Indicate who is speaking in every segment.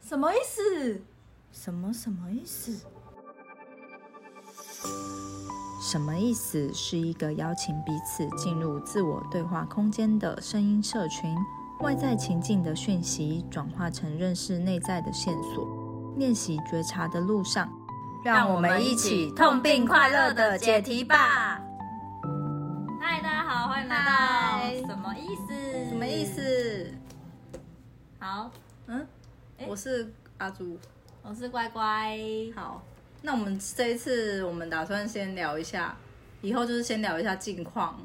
Speaker 1: 什么意思？
Speaker 2: 什么什么意思？什么意思？是一个邀请彼此进入自我对话空间的声音社群，外在情境的讯息转化成认识内在的线索。练习觉察的路上，
Speaker 1: 让我们一起痛并快乐地解题吧！嗨，大家好，欢迎来
Speaker 2: 嗨
Speaker 1: 到什么意思？
Speaker 2: 什么意？思？
Speaker 1: 好，
Speaker 2: 嗯，
Speaker 1: 诶
Speaker 2: 我是阿朱。
Speaker 1: 我是乖乖。
Speaker 2: 好，那我们这一次我们打算先聊一下，以后就是先聊一下近况，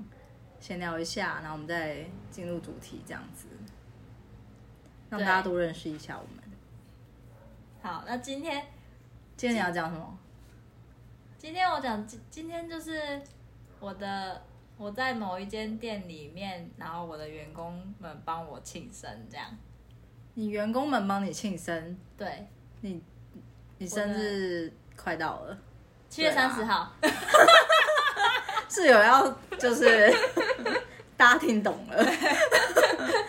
Speaker 2: 先聊一下，然后我们再进入主题，这样子，让
Speaker 1: 对
Speaker 2: 大家多认识一下我们。
Speaker 1: 好，那今天
Speaker 2: 今天你要讲什么？
Speaker 1: 今天我讲，今今天就是我的我在某一间店里面，然后我的员工们帮我庆生，这样
Speaker 2: 你员工们帮你庆生，
Speaker 1: 对，
Speaker 2: 你你生日快到了，
Speaker 1: 七月
Speaker 2: 对啊
Speaker 1: 三十号，
Speaker 2: 室友要就是 大家听懂 了，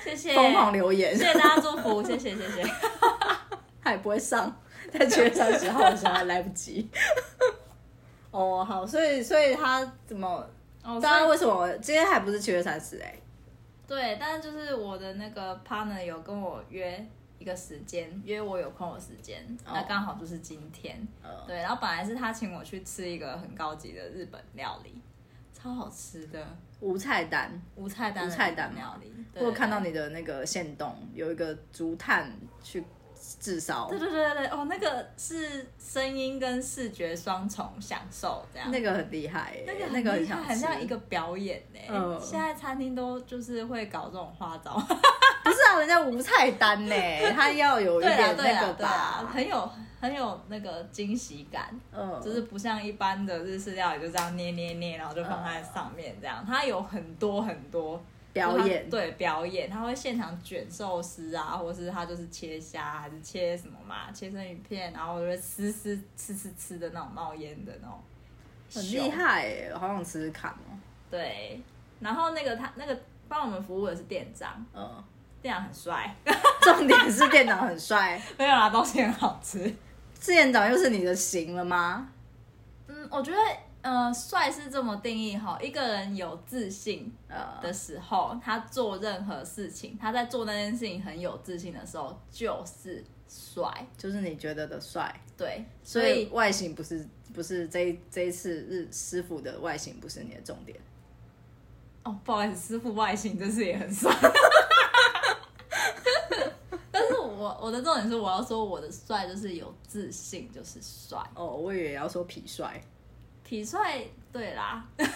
Speaker 1: 谢谢，
Speaker 2: 疯狂留言
Speaker 1: 谢，谢大家祝福，谢谢谢谢。
Speaker 2: 他也不会上，在七月三十号的时候还来不及。 哦，好，所以所以他怎么？ 大
Speaker 1: 哦，所
Speaker 2: 家
Speaker 1: 以
Speaker 2: 为什么今天还不是七月三十？哎，
Speaker 1: 对，但是就是我的那个 partner 有跟我约一个时间，约我有空的时间
Speaker 2: 哦
Speaker 1: 那刚好就是今天。
Speaker 2: 呃，
Speaker 1: 对，然后本来是他请我去吃一个很高级的日本料理，超好吃的
Speaker 2: 无菜单，
Speaker 1: 无菜单的
Speaker 2: 无菜单
Speaker 1: 日本料理。
Speaker 2: 我
Speaker 1: 对
Speaker 2: 有看到，你的那个线动，有一个竹炭去炙烧
Speaker 1: 对，对对对对，哦，那个是声音跟视觉双重享受这样。
Speaker 2: 那个很厉害欸，
Speaker 1: 啊那个
Speaker 2: 那个
Speaker 1: 很
Speaker 2: 很
Speaker 1: 厉害
Speaker 2: 想吃
Speaker 1: 很像一个表演呢、
Speaker 2: 嗯
Speaker 1: 现在餐厅都就是会搞这种花招，
Speaker 2: 不是啊，人家无菜单呢， 他要有一
Speaker 1: 对啦
Speaker 2: 点
Speaker 1: 对
Speaker 2: 那
Speaker 1: 啦
Speaker 2: 个
Speaker 1: 对啦，
Speaker 2: 吧，
Speaker 1: 很有很有那个惊喜感。
Speaker 2: 嗯，
Speaker 1: 就是不像一般的日式料理，就这样捏捏捏，然后就放在上面这样。它有很多很多
Speaker 2: 表演
Speaker 1: 它，对表演，它会现场卷寿司啊，或是它就是切虾啊还是切什么嘛，切生鱼片，然后就是吃吃吃吃吃的那种冒烟的那种，
Speaker 2: 很厉。害欸，我好想吃吃看哦，
Speaker 1: 对，然后那个他那个帮我们服务的是店长，
Speaker 2: 嗯，
Speaker 1: 店长很帅，
Speaker 2: 重点是店长很帅，
Speaker 1: 没有啦，东西很好吃。
Speaker 2: 店长又是你的型了吗？
Speaker 1: 嗯，我觉得呃，帅是这么定义哈，一个人有自信，
Speaker 2: 呃，
Speaker 1: 的时候，他做任何事情，他在做那件事情很有自信的时候，就是帅。
Speaker 2: 就是你觉得的帅，
Speaker 1: 对，
Speaker 2: 所
Speaker 1: 所
Speaker 2: 以
Speaker 1: 以
Speaker 2: 外形不是不是这一这一次日师傅的外形不是你的重点，
Speaker 1: 哦，不好意思，师傅外形真是也很 帅。但是我我的重点是，我要说我的帅就是有自信，就是帅，
Speaker 2: 哦，我以为要说痞帅，
Speaker 1: 痞帅，对啦。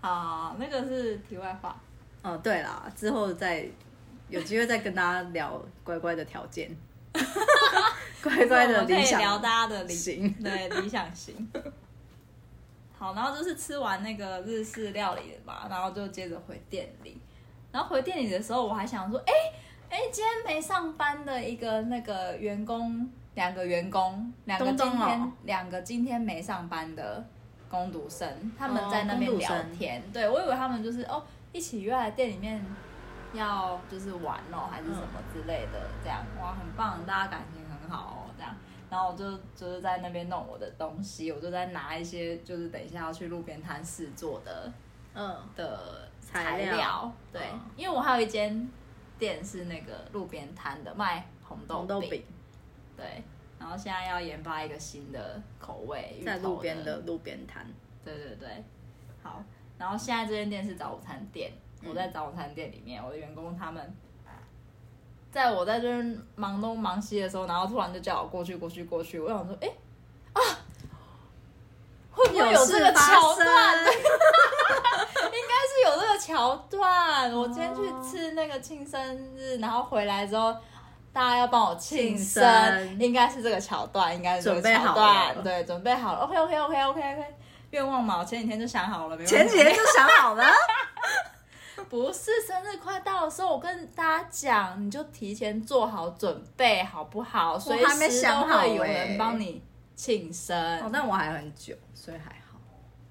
Speaker 1: 好，那个是题外 话。
Speaker 2: 哦，对啦，之后再有机会再跟大家聊乖乖的条 件，乖乖的理
Speaker 1: 我们可以聊嗯
Speaker 2: 想
Speaker 1: 大家的理
Speaker 2: 型
Speaker 1: 对理想型。 好，然后就是吃完那个日式料理的嘛，然后就接着回店里。然后回店里的时候，我还想说，哎哎，今天没上班的一个那个员工，两个员工，两个今
Speaker 2: 东
Speaker 1: 天
Speaker 2: 东哦
Speaker 1: 两个今天没上班的工读生，他们
Speaker 2: 哦
Speaker 1: 在那边
Speaker 2: 工读
Speaker 1: 聊
Speaker 2: 生
Speaker 1: 天。对我以为他们就是哦，一起约来店里面要就是玩哦，还是
Speaker 2: 嗯
Speaker 1: 什么之类的，这样哇，很棒，大家感情很好哦，这样。然后我就就是在那边弄我的东西，我就在拿一些就是等一下要去路边摊试做的
Speaker 2: 嗯，
Speaker 1: 的
Speaker 2: 材
Speaker 1: 材
Speaker 2: 料
Speaker 1: 对，
Speaker 2: 嗯
Speaker 1: 因为我还有一间店是那个路边摊的卖红豆
Speaker 2: 红豆饼
Speaker 1: 对。然后现在要研发一个新的口味，芋
Speaker 2: 在
Speaker 1: 头
Speaker 2: 路边的路边摊，
Speaker 1: 对对对，好。然后现在这间店是早午餐店，
Speaker 2: 嗯
Speaker 1: 我在早午餐店里面，我的员工他们，在我在这边忙东忙西的时候，然后突然就叫我过去过去过去，我想说，哎、啊，会不会有这个
Speaker 2: 事发
Speaker 1: 桥
Speaker 2: 生
Speaker 1: 段？应该是有这个桥段。
Speaker 2: 哦
Speaker 1: 我今天去吃那个庆生日，然后回来之后。大家要帮我庆生，
Speaker 2: 庆生
Speaker 1: 应该是这个桥段，应该是这
Speaker 2: 准
Speaker 1: 个
Speaker 2: 备
Speaker 1: 桥
Speaker 2: 好
Speaker 1: 段，
Speaker 2: 了
Speaker 1: 对，准备好了。OK OK OK OK OK，愿望嘛，我前几天就想好了，没问题
Speaker 2: 前几天就想好了，
Speaker 1: 不是生日快到的时候，我跟大家讲，你就提前做好准备，好不好？随
Speaker 2: 还没
Speaker 1: 时
Speaker 2: 想
Speaker 1: 都
Speaker 2: 好
Speaker 1: 会有
Speaker 2: 欸
Speaker 1: 人帮你庆生。
Speaker 2: 哦，但我还很久，所以还好，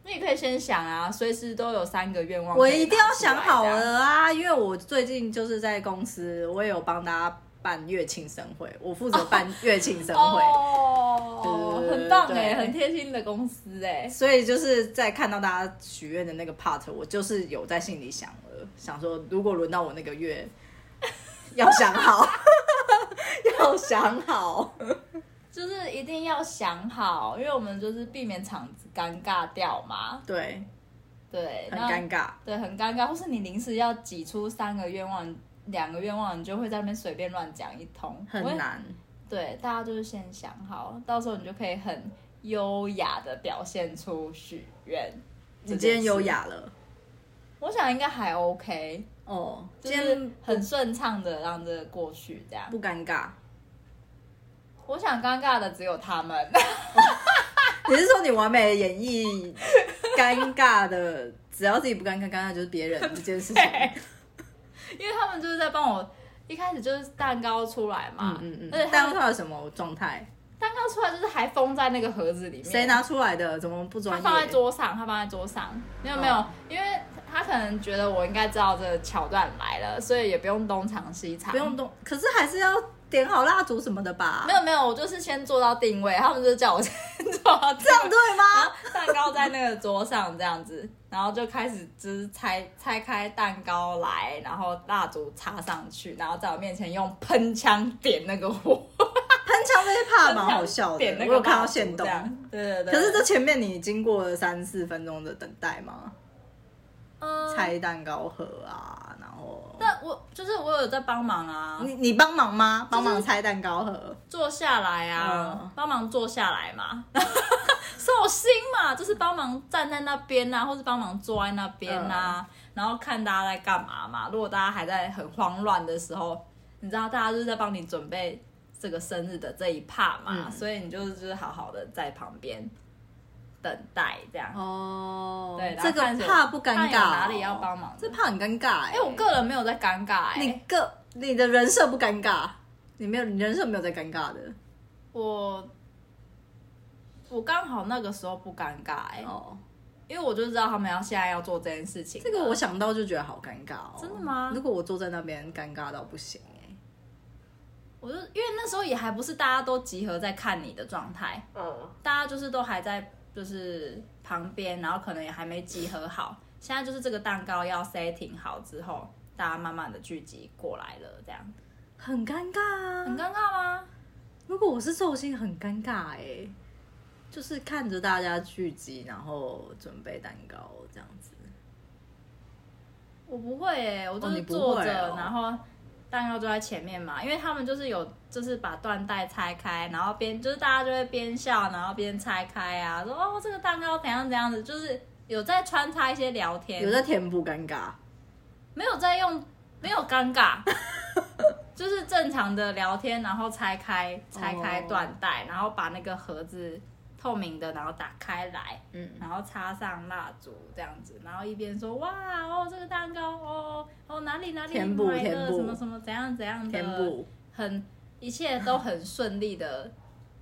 Speaker 1: 因你也可以先想啊，随时都有三个愿望。
Speaker 2: 我一定要想好。了啊，因为我最近就是在公司，我也有帮大家办月庆生会，我负责办月庆生会。
Speaker 1: 哦，
Speaker 2: 对对对对
Speaker 1: 很棒哎，
Speaker 2: 对
Speaker 1: 很贴心的公司哎。
Speaker 2: 所以就是在看到大家许愿的那个 part，我就是有在心里想了，想说如果轮到我那个月，要想好， 要想好。
Speaker 1: 就是一定要想好，因为我们就是避免场子尴尬掉嘛。
Speaker 2: 对，
Speaker 1: 对，
Speaker 2: 很
Speaker 1: 那
Speaker 2: 尴尬。
Speaker 1: 对，很尴尬，或是你临时要挤出三个愿望、两个愿望，你就会在那边随便乱讲一通，
Speaker 2: 很
Speaker 1: 我也。
Speaker 2: 难，
Speaker 1: 对，大家就是先想好，到时候你就可以很优雅的表现出许愿。
Speaker 2: 你今天优，雅了
Speaker 1: 我想应该还 OK，
Speaker 2: 哦，
Speaker 1: 就
Speaker 2: 今
Speaker 1: 是
Speaker 2: 天
Speaker 1: 很顺畅的让这个过去这样。
Speaker 2: 不尴尬。
Speaker 1: 我想尴尬的只有他们，
Speaker 2: 你是说你完美的演绎尴尬的，只要自己不尴尬，尴尬就是别人这件事情。
Speaker 1: 因为他们就是在帮我。一开始就是蛋糕出来嘛，
Speaker 2: 嗯嗯嗯，
Speaker 1: 而且他
Speaker 2: 蛋
Speaker 1: 们
Speaker 2: 糕有什么状态？
Speaker 1: 蛋糕出来就是还封在那个盒子里面，
Speaker 2: 谁拿出来的？怎么不专
Speaker 1: 他
Speaker 2: 业？
Speaker 1: 放在桌上，他放在桌上，没有没有，
Speaker 2: 哦
Speaker 1: 因为他可能觉得我应该知道这个桥段来了，所以也不用东藏西藏，
Speaker 2: 不用动，可是还是要点好蜡烛什么的吧？
Speaker 1: 没有没有，我就是先做到定位，他们就叫我先做到定
Speaker 2: 这样
Speaker 1: 位，
Speaker 2: 对
Speaker 1: 然
Speaker 2: 吗？
Speaker 1: 后蛋糕在那个桌上这样子，然后就开始就是拆拆开蛋糕来，然后蜡烛插上去，然后在我面前用喷枪点那个火，
Speaker 2: 喷枪那一趴蛮
Speaker 1: 喷枪
Speaker 2: 好笑的
Speaker 1: 点，那
Speaker 2: 我
Speaker 1: 个
Speaker 2: 有看
Speaker 1: 蜡
Speaker 2: 到
Speaker 1: 烛
Speaker 2: 现动
Speaker 1: 这。样，对对对，
Speaker 2: 可是这前面你经过了三四分钟的等待吗？
Speaker 1: 嗯，
Speaker 2: 拆蛋糕盒啊，然后
Speaker 1: 但我就是我有在帮忙啊，
Speaker 2: 你你帮忙吗？帮
Speaker 1: 就
Speaker 2: 忙
Speaker 1: 是
Speaker 2: 拆蛋糕盒？
Speaker 1: 坐下来啊
Speaker 2: 嗯，
Speaker 1: 帮、忙坐下来嘛， 寿星嘛，就是帮忙站在那边啊，或是帮忙坐在那边啊，
Speaker 2: 嗯
Speaker 1: 然后看大家在干嘛嘛。如果大家还在很慌乱的时候，你知道大家就是在帮你准备这个生日的这一趴嘛，
Speaker 2: 嗯
Speaker 1: 所以你就是就是好好的在旁边等待这样。
Speaker 2: 哦
Speaker 1: 对，然后
Speaker 2: 这个
Speaker 1: 看有
Speaker 2: 怕不尴
Speaker 1: 看
Speaker 2: 尬，哦
Speaker 1: 有哪里要？帮忙的？
Speaker 2: 这怕很尴尬哎、
Speaker 1: 哎、我个人没有在尴尬哎、
Speaker 2: 你个你的人设不尴尬，你没有你人设没有在尴尬的
Speaker 1: 我我刚好那个时候不尴尬哎、
Speaker 2: 哦。
Speaker 1: 因为我就知道他们要现在要做这件事情。
Speaker 2: 这个我想到就觉得好尴尬哦。
Speaker 1: 真的吗
Speaker 2: 如果我坐在那边，尴尬到不行哎、
Speaker 1: 我就因为那时候也还不是大家都集合在看你的状态，
Speaker 2: 嗯，
Speaker 1: 大家就是都还在就是旁边，然后可能也还没集合好。现在就是这个蛋糕要 setting 好之后，大家慢慢的聚集过来了，这样
Speaker 2: 很尴尬啊。
Speaker 1: 很尴尬吗？
Speaker 2: 如果我是寿星，很尴尬哎、就是看着大家聚集，然后准备蛋糕这样子。
Speaker 1: 我不会诶、我就
Speaker 2: 哦
Speaker 1: 是
Speaker 2: 你不
Speaker 1: 坐
Speaker 2: 会
Speaker 1: 着，
Speaker 2: 哦
Speaker 1: 然后蛋糕就在前面嘛，因为他们就是有就是把缎带拆开，然后边就是大家就会边笑，然后边拆开啊，说哦这个蛋糕怎样怎样子，就是有在穿插一些聊天，
Speaker 2: 有在填补尴尬，
Speaker 1: 没有在用没有尴尬， 就是正常的聊天，然后拆开拆开
Speaker 2: 哦
Speaker 1: 缎带，然后把那个盒子透明的，然后打开来，
Speaker 2: 嗯，
Speaker 1: 然后插上蜡烛这样子，然后一边说哇哦这个蛋糕哦哦哪里哪里
Speaker 2: 填补
Speaker 1: 买
Speaker 2: 填
Speaker 1: 的
Speaker 2: 补
Speaker 1: 什么什么怎样怎样的，
Speaker 2: 填补。
Speaker 1: 很一切都很顺利的。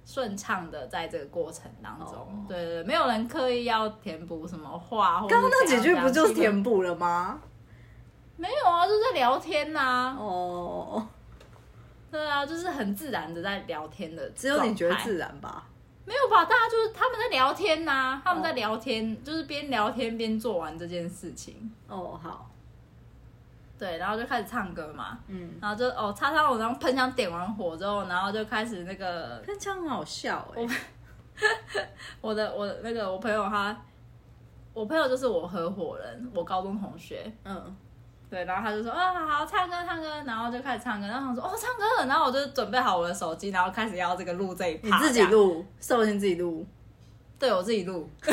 Speaker 1: 顺畅的在这个过程当中，
Speaker 2: 哦
Speaker 1: 对对对，没有人刻意要填补什么话，
Speaker 2: 刚刚那几句不就是
Speaker 1: 填？
Speaker 2: 填补了吗？
Speaker 1: 没有啊，就在聊天呐、
Speaker 2: 哦，
Speaker 1: 对啊，就是很自然的在聊天的状态。
Speaker 2: 只有你觉得自然吧？
Speaker 1: 没有吧？大家就是他们在聊天呐、他们在
Speaker 2: 哦
Speaker 1: 聊天，就是边聊天边做完这件事情。
Speaker 2: 哦，好，
Speaker 1: 对，然后就开始唱歌嘛，
Speaker 2: 嗯，
Speaker 1: 然后就哦，擦擦我，然后喷枪点完火之后，然后就开始那个
Speaker 2: 但这样很好笑哎、
Speaker 1: 我的我的那个我朋友他，我朋友就是我合伙人，我高中同学，
Speaker 2: 嗯，
Speaker 1: 对，然后他就说啊，好好唱歌唱歌，然后就开始唱歌，然后我想说哦唱歌了，然后我就准备好我的手机，然后开始要这个录这一
Speaker 2: 你
Speaker 1: 趴，
Speaker 2: 自己，录，寿星自己录，
Speaker 1: 对我自己录。 我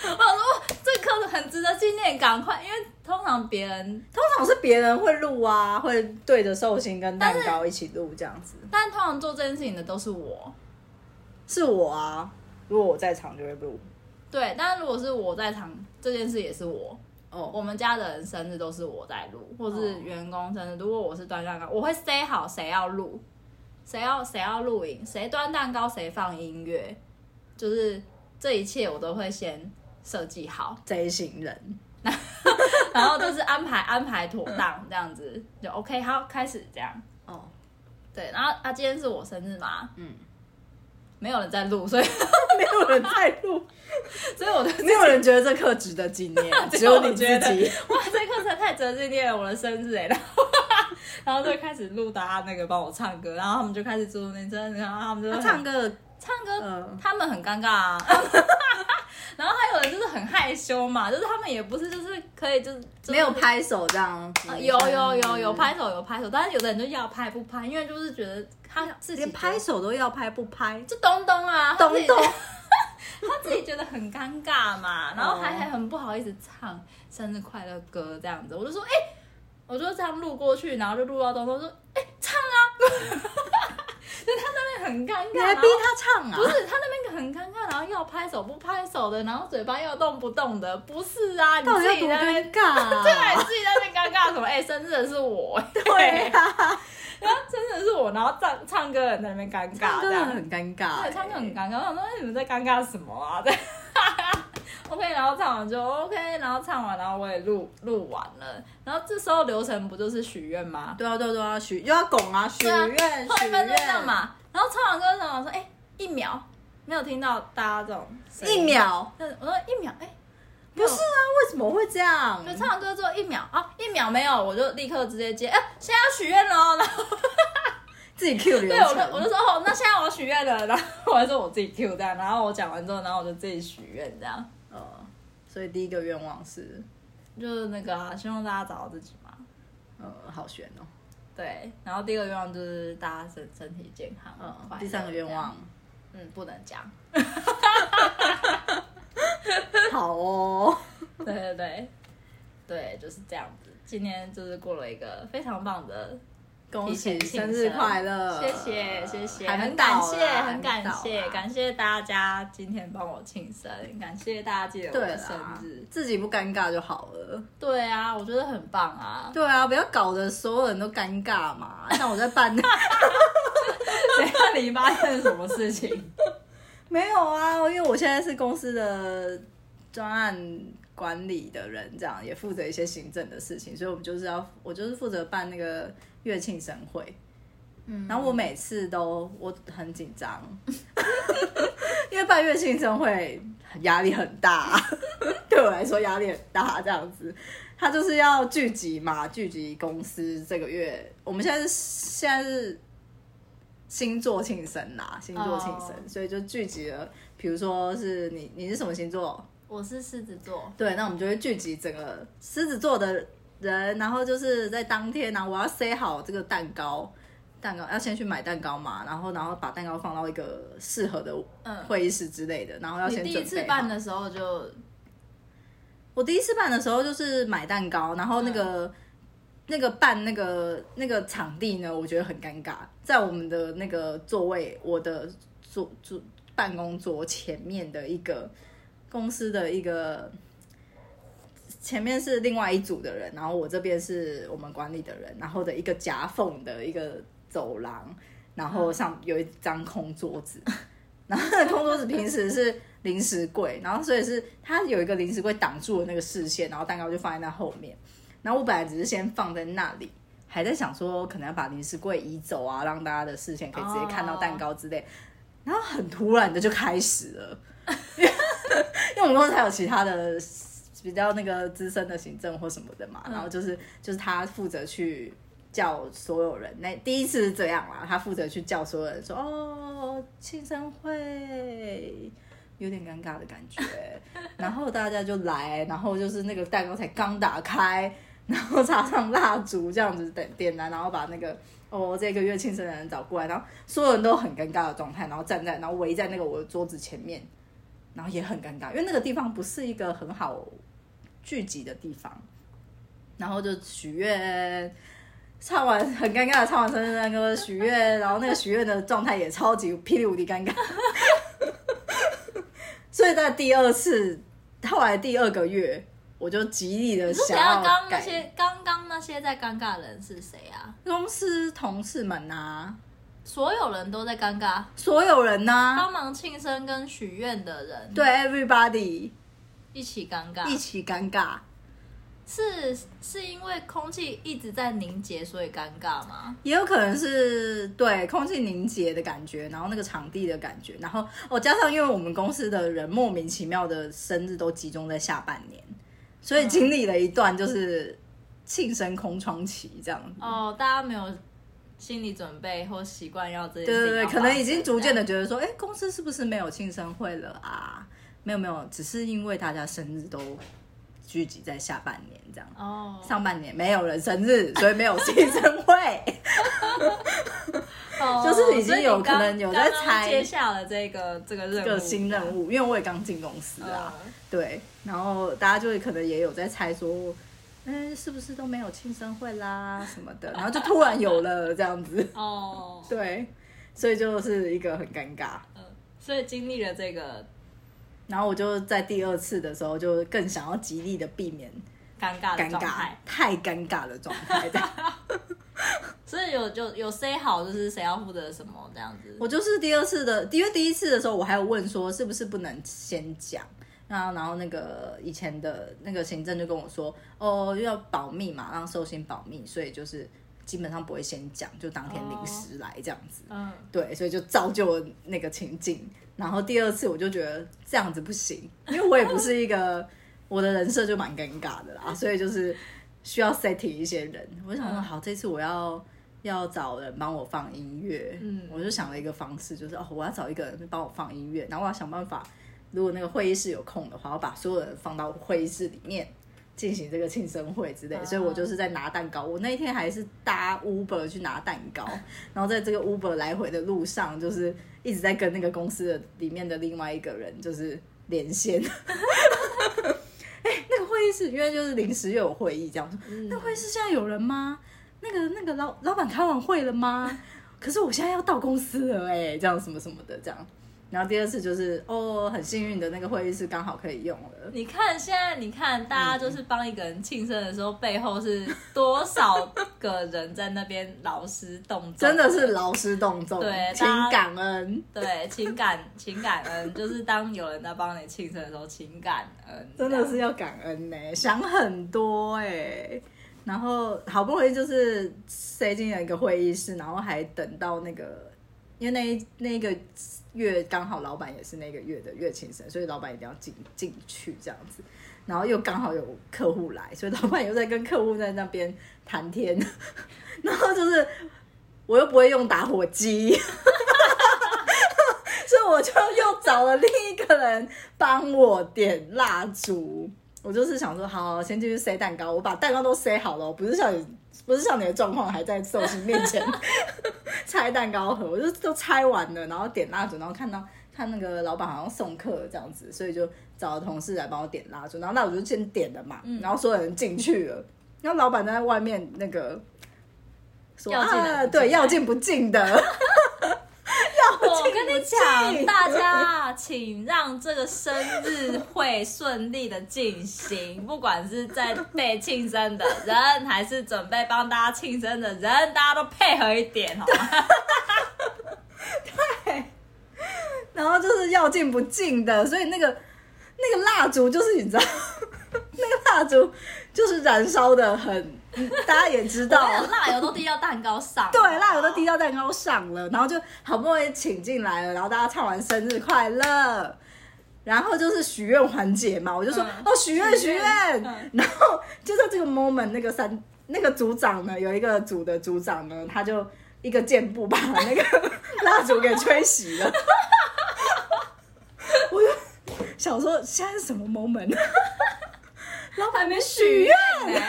Speaker 1: 想说这课很值得纪念，赶快，因为通常别人，
Speaker 2: 通常是别人会录啊，会对着寿星跟蛋糕一起录这样子。
Speaker 1: 但通常做这件事情的都是我，
Speaker 2: 是我啊，如果我在场就会录。
Speaker 1: 对，但如果是我在场，这件事也是我。
Speaker 2: 哦，
Speaker 1: 我们家的人生日都是我在录，或
Speaker 2: 哦
Speaker 1: 是员工生日。如果我是端蛋糕，我会 say 好谁要录，谁要谁要录影，谁端蛋糕谁放音乐，就是这一切我都会先设计好，
Speaker 2: 这一行人，
Speaker 1: 然后就是安排安排妥当，这样子就 OK，好，开始这样。
Speaker 2: 哦，
Speaker 1: 对，然后啊，今天是我生日嘛，
Speaker 2: 嗯，
Speaker 1: 没有人在录，所以
Speaker 2: 没有人在 录，
Speaker 1: 所以我的
Speaker 2: 没有人觉得这课值得纪 念，只有你自
Speaker 1: 只有我
Speaker 2: 己。
Speaker 1: 哇，这课程太折纪念了我的生日哎，然后 然后就开始录大家那个帮我唱歌，然后他们就开始祝你生日，然后他们就
Speaker 2: 他
Speaker 1: 很
Speaker 2: 啊唱歌，
Speaker 1: 唱歌，
Speaker 2: 嗯
Speaker 1: 他们很尴尬 啊。然后还有人就是很害羞嘛，就是他们也不是就是可以就是、就是
Speaker 2: 没有嗯拍手这样子
Speaker 1: 呃有有有有，拍手有拍手，但是有的人就要拍不拍，因为就是觉得他自己
Speaker 2: 连拍手都要拍不拍？
Speaker 1: 就东东啊，他
Speaker 2: 东
Speaker 1: 自己
Speaker 2: 东，
Speaker 1: 他自己觉得很尴尬嘛，然后还
Speaker 2: 哦
Speaker 1: 还很不好意思唱生日快乐歌这样子，我就说哎、我就这样录过去，然后就录到东东说哎、唱啊， 就他那边很尴尬，
Speaker 2: 你还
Speaker 1: 然
Speaker 2: 逼
Speaker 1: 后
Speaker 2: 他唱啊？
Speaker 1: 不是他那边很尴尬，然后要拍手不拍手的，然后嘴巴要动不动的，不是啊？你
Speaker 2: 到底
Speaker 1: 自
Speaker 2: 要
Speaker 1: 己
Speaker 2: 多
Speaker 1: 在那边，
Speaker 2: 尴尬啊？
Speaker 1: 对，你自己在那边尴尬什么？哎、生日的是我、 哎
Speaker 2: 对啊，
Speaker 1: 然后生日的是我，然后唱唱歌的人在那边尴尬，
Speaker 2: 唱
Speaker 1: 这
Speaker 2: 歌
Speaker 1: 样
Speaker 2: 很尴尬欸，
Speaker 1: 对，唱歌很尴尬。我想说，哎你们在尴尬什么啊？ 对，OK，然后唱完就 OK，然后唱完，然后我也录录完了，然后这时候流程不就是许愿吗？
Speaker 2: 对啊，对啊，对啊，许又要拱啊，许
Speaker 1: 对啊
Speaker 2: 愿，
Speaker 1: 后
Speaker 2: 许
Speaker 1: 一般就这样
Speaker 2: 愿，
Speaker 1: 嘛。然后唱完歌之后，我说，哎、一秒没有听到大家这种声
Speaker 2: 一
Speaker 1: 音，
Speaker 2: 秒，
Speaker 1: 对，我说一秒，哎、没
Speaker 2: 不
Speaker 1: 有
Speaker 2: 是啊？为什么会这样？
Speaker 1: 就唱完歌之后一秒啊，一秒没有，我就立刻直接接，哎、现在要许愿喽。然后
Speaker 2: 自己 Q 流
Speaker 1: 对，
Speaker 2: 程，
Speaker 1: 我就我就说哦，那现在我要许愿了， 然后我还说我自己 Q 这样，然后我讲完之后，然后我就自己许愿这样，
Speaker 2: 呃，所以第一个愿望是，
Speaker 1: 就是那个、啊、希望大家找到自己嘛。
Speaker 2: 呃，好悬哦。
Speaker 1: 对，然后第一个愿望就是大家身身体健康，
Speaker 2: 嗯，
Speaker 1: 快乐
Speaker 2: 第三个愿
Speaker 1: 这样
Speaker 2: 望，，
Speaker 1: 嗯，不能 讲。
Speaker 2: 好 哦。
Speaker 1: 对对对，对，就是这样子。今天就是过了一个非常棒的
Speaker 2: 恭喜
Speaker 1: 提前庆
Speaker 2: 生日快乐！
Speaker 1: 谢谢谢谢，
Speaker 2: 还没
Speaker 1: 很
Speaker 2: 到
Speaker 1: 感
Speaker 2: 啦
Speaker 1: 谢
Speaker 2: 还
Speaker 1: 很
Speaker 2: 没
Speaker 1: 感
Speaker 2: 到啊
Speaker 1: 谢
Speaker 2: 啦
Speaker 1: 感谢大家今天帮我庆生，感谢大家记得我
Speaker 2: 对啦
Speaker 1: 的生日。
Speaker 2: 自己不尴尬就好了。
Speaker 1: 对啊，我觉得很 棒啊。
Speaker 2: 对啊，不要搞得所有人都尴尬嘛。像我在办，
Speaker 1: 等一下你发生什么事情？
Speaker 2: 没有啊，因为我现在是公司的专案管理的人，这样也负责一些行政的事情，所以我们就是要，我就是负责办那个乐庆生会。
Speaker 1: 嗯
Speaker 2: 然后我每次都我很紧张， 因为办月庆生会压力很大， 对我来说压力很大。这样子，他就是要聚集嘛，聚集公司这个月，我们现在是现在是星座庆生啦，星座庆生
Speaker 1: 哦
Speaker 2: 所以就聚集了。比如说是你，你是什么星座？
Speaker 1: 我是狮子座，
Speaker 2: 对，那我们就会聚集整个狮子座的人，然后就是在当天呢、我要塞好这个蛋糕，蛋糕要先去买蛋糕嘛，然后然后把蛋糕放到一个适合的
Speaker 1: 嗯
Speaker 2: 会议室之类的，然后要
Speaker 1: 你
Speaker 2: 先
Speaker 1: 第
Speaker 2: 准备
Speaker 1: 一次办
Speaker 2: 好
Speaker 1: 的时候就
Speaker 2: 我第一次办的时候就是买蛋糕，然后那个、那个办那个那个场地呢，我觉得很尴尬，在我们的那个座位，我的桌桌办公桌前面的一个公司的一个。前面是另外一组的人，然后我这边是我们管理的人，然后的一个夹缝的一个走廊，然后上有一张空桌子， 然后那个空桌子平时是零食柜，然后所以是它有一个零食柜挡住了那个视线，然后蛋糕就放在那后面。然后我本来只是先放在那里，还在想说可能要把零食柜移走啊，让大家的视线可以直接看到蛋糕之类。然后很突然的就开始了， 因为我们公司还有其他的比较那个资深的行政或什么的嘛，然后就是就是他负责去叫所有人，那第一次是这样啦，他负责去叫所有人说哦，庆生会。有点尴尬的感觉，然后大家就来，然后就是那个蛋糕才刚打开，然后插上蜡烛这样子点点燃，然后把那个哦这个月庆生的人找过来，然后所有人都很尴尬的状态，然后站在然后围在那个我的桌子前面，然后也很尴尬，因为那个地方不是一个很好聚集的地方，然后就许愿。唱完很尴尬的唱完生日那个许愿，然后那个许愿的状态也超级霹雳无敌尴尬， 所以在第二次，后来第二个月，我就极力的
Speaker 1: 你是
Speaker 2: 想
Speaker 1: 等下
Speaker 2: 要
Speaker 1: 刚那
Speaker 2: 改
Speaker 1: 些刚刚那些在尴尬的人是谁啊？
Speaker 2: 公司同事们啊，
Speaker 1: 所有人都在尴尬，
Speaker 2: 所有人呐、
Speaker 1: 帮忙庆生跟许愿的人
Speaker 2: 对 everybody
Speaker 1: 一起尴尬，
Speaker 2: 一起尴尬，
Speaker 1: 是是因为空气一直在凝结，所以尴尬吗？
Speaker 2: 也有可能是对空气凝结的感觉，然后那个场地的感觉，然后哦，加上因为我们公司的人莫名其妙的生日都集中在下半年，所以经历了一段就是庆生空窗期这样子。
Speaker 1: 哦，大家没有心理准备或习惯要这件
Speaker 2: 对对
Speaker 1: 事情
Speaker 2: 对，
Speaker 1: 要
Speaker 2: 可
Speaker 1: 发生，
Speaker 2: 能已经逐渐
Speaker 1: 这
Speaker 2: 的
Speaker 1: 样
Speaker 2: 觉得说，哎，公司是不是没有庆生会了啊？没有没有，只是因为大家生日都聚集在下半年这样，
Speaker 1: 哦，
Speaker 2: 上半年没有人生 日，所以没有庆生会。
Speaker 1: 哦
Speaker 2: 就是已经有
Speaker 1: 所以你刚
Speaker 2: 可能有在
Speaker 1: 刚刚
Speaker 2: 猜
Speaker 1: 接下了这个这 个任务，
Speaker 2: 这个新任务，因为我也刚进公司啊，
Speaker 1: 嗯
Speaker 2: 对，然后大家就会可能也有在猜说，嗯，是不是都没有庆生会啦什么的，然后就突然有了这样子，
Speaker 1: 哦，
Speaker 2: 对，所以就是一个很尴尬。
Speaker 1: 嗯，所以经历了这个
Speaker 2: 然后我就在第二次的时候，就更想要极力的避免
Speaker 1: 尴尬的
Speaker 2: 尴
Speaker 1: 状
Speaker 2: 尬
Speaker 1: 态，，
Speaker 2: 太尴尬的状态。这样
Speaker 1: 所以有就有 say 好，就是谁要负责什么这样子。
Speaker 2: 我就是第二次的，因为第一次的时候我还有问说是不是不能先讲，然后然后那个以前的那个行政就跟我说，哦要保密嘛，让寿星保密，所以就是基本上不会先讲，就当天临时来这样子。
Speaker 1: 嗯，
Speaker 2: 对，所以就造就了那个情境。然后第二次我就觉得这样子不行，因为我也不是一个我的人设就蛮尴尬的啦，所以就是需要 setting 一些人。我就想说，
Speaker 1: 嗯
Speaker 2: 好，这次我要要找人帮我放音乐，
Speaker 1: 嗯
Speaker 2: 我就想了一个方式，就是哦，我要找一个人帮我放音乐，然后我要想办法，如果那个会议室有空的话，我把所有人放到会议室里面。进行这个庆生会之类，
Speaker 1: 啊
Speaker 2: 所以我就是在拿蛋糕。我那一天还是搭 Uber 去拿蛋糕，然后在这个 Uber 来回的路上，就是一直在跟那个公司的里面的另外一个人就是连线。哎、那个会议室因为就是临时又有会议，这样说，
Speaker 1: 嗯
Speaker 2: 那会议室现在有人吗？那个那个老老板开完会了吗？可是我现在要到公司了哎、这样什么什么的这样。然后第二次就是哦，很幸运的那个会议室刚好可以用了。
Speaker 1: 你看现在，你看大家就是帮一个人庆生的时候，背后是多少个人在那边劳师动众，
Speaker 2: 真的是劳师动众，
Speaker 1: 对
Speaker 2: 请
Speaker 1: 大家
Speaker 2: 感恩，
Speaker 1: 对情感情感恩，就是当有人在帮你庆生的时候，情感恩
Speaker 2: 真的是要感恩呢、想很多哎、然后好不容易就是塞进了一个会议室，然后还等到那个，因为那一那一个月刚好老板也是那个月的月庆生，所以老板一定要进进去这样子。然后又刚好有客户来，所以老板又在跟客户在那边谈天， 然后就是我又不会用打火机， 所以我就又找了另一个人帮我点蜡烛。我就是想说，好，先进去塞蛋糕，我把蛋糕都塞好了，不是像你，不是像你的状况，还在寿星面前 拆蛋糕盒，我就都拆完了，然后点蜡烛，然后看到看那个老板好像送客这样子，所以就找同事来帮我点蜡烛，然后那我就先点了嘛，
Speaker 1: 嗯
Speaker 2: 然后所有人进去了，然后老板在外面那个说
Speaker 1: 要进来
Speaker 2: 啊，
Speaker 1: 不进
Speaker 2: 对，
Speaker 1: 来
Speaker 2: 要进不进的。
Speaker 1: 我跟你
Speaker 2: 进
Speaker 1: 讲，大家请让这个生日会顺利的进行，不管是在被庆生的人，还是准备帮大家庆生的人，大家都配合一点，好吗？
Speaker 2: 然后就是要进不进的，所以那个那个蜡烛就是你知道， 那个蜡烛就是燃烧的很，大家也知道，
Speaker 1: 我跟你讲蜡油都滴到蛋糕上，
Speaker 2: 对，蜡烛都滴到蛋糕上了，然后就好不容易请进来了，然后大家唱完生日快乐，然后就是许愿环节嘛，我就说、
Speaker 1: 嗯
Speaker 2: 哦许愿许愿，
Speaker 1: 嗯
Speaker 2: 然后就在这个 moment 那个三那个组长呢，有一个组的组长呢，他就一个箭步把那个蜡烛给吹熄了，我就想说现在是什么 moment？
Speaker 1: 老板没
Speaker 2: 许
Speaker 1: 许愿呢、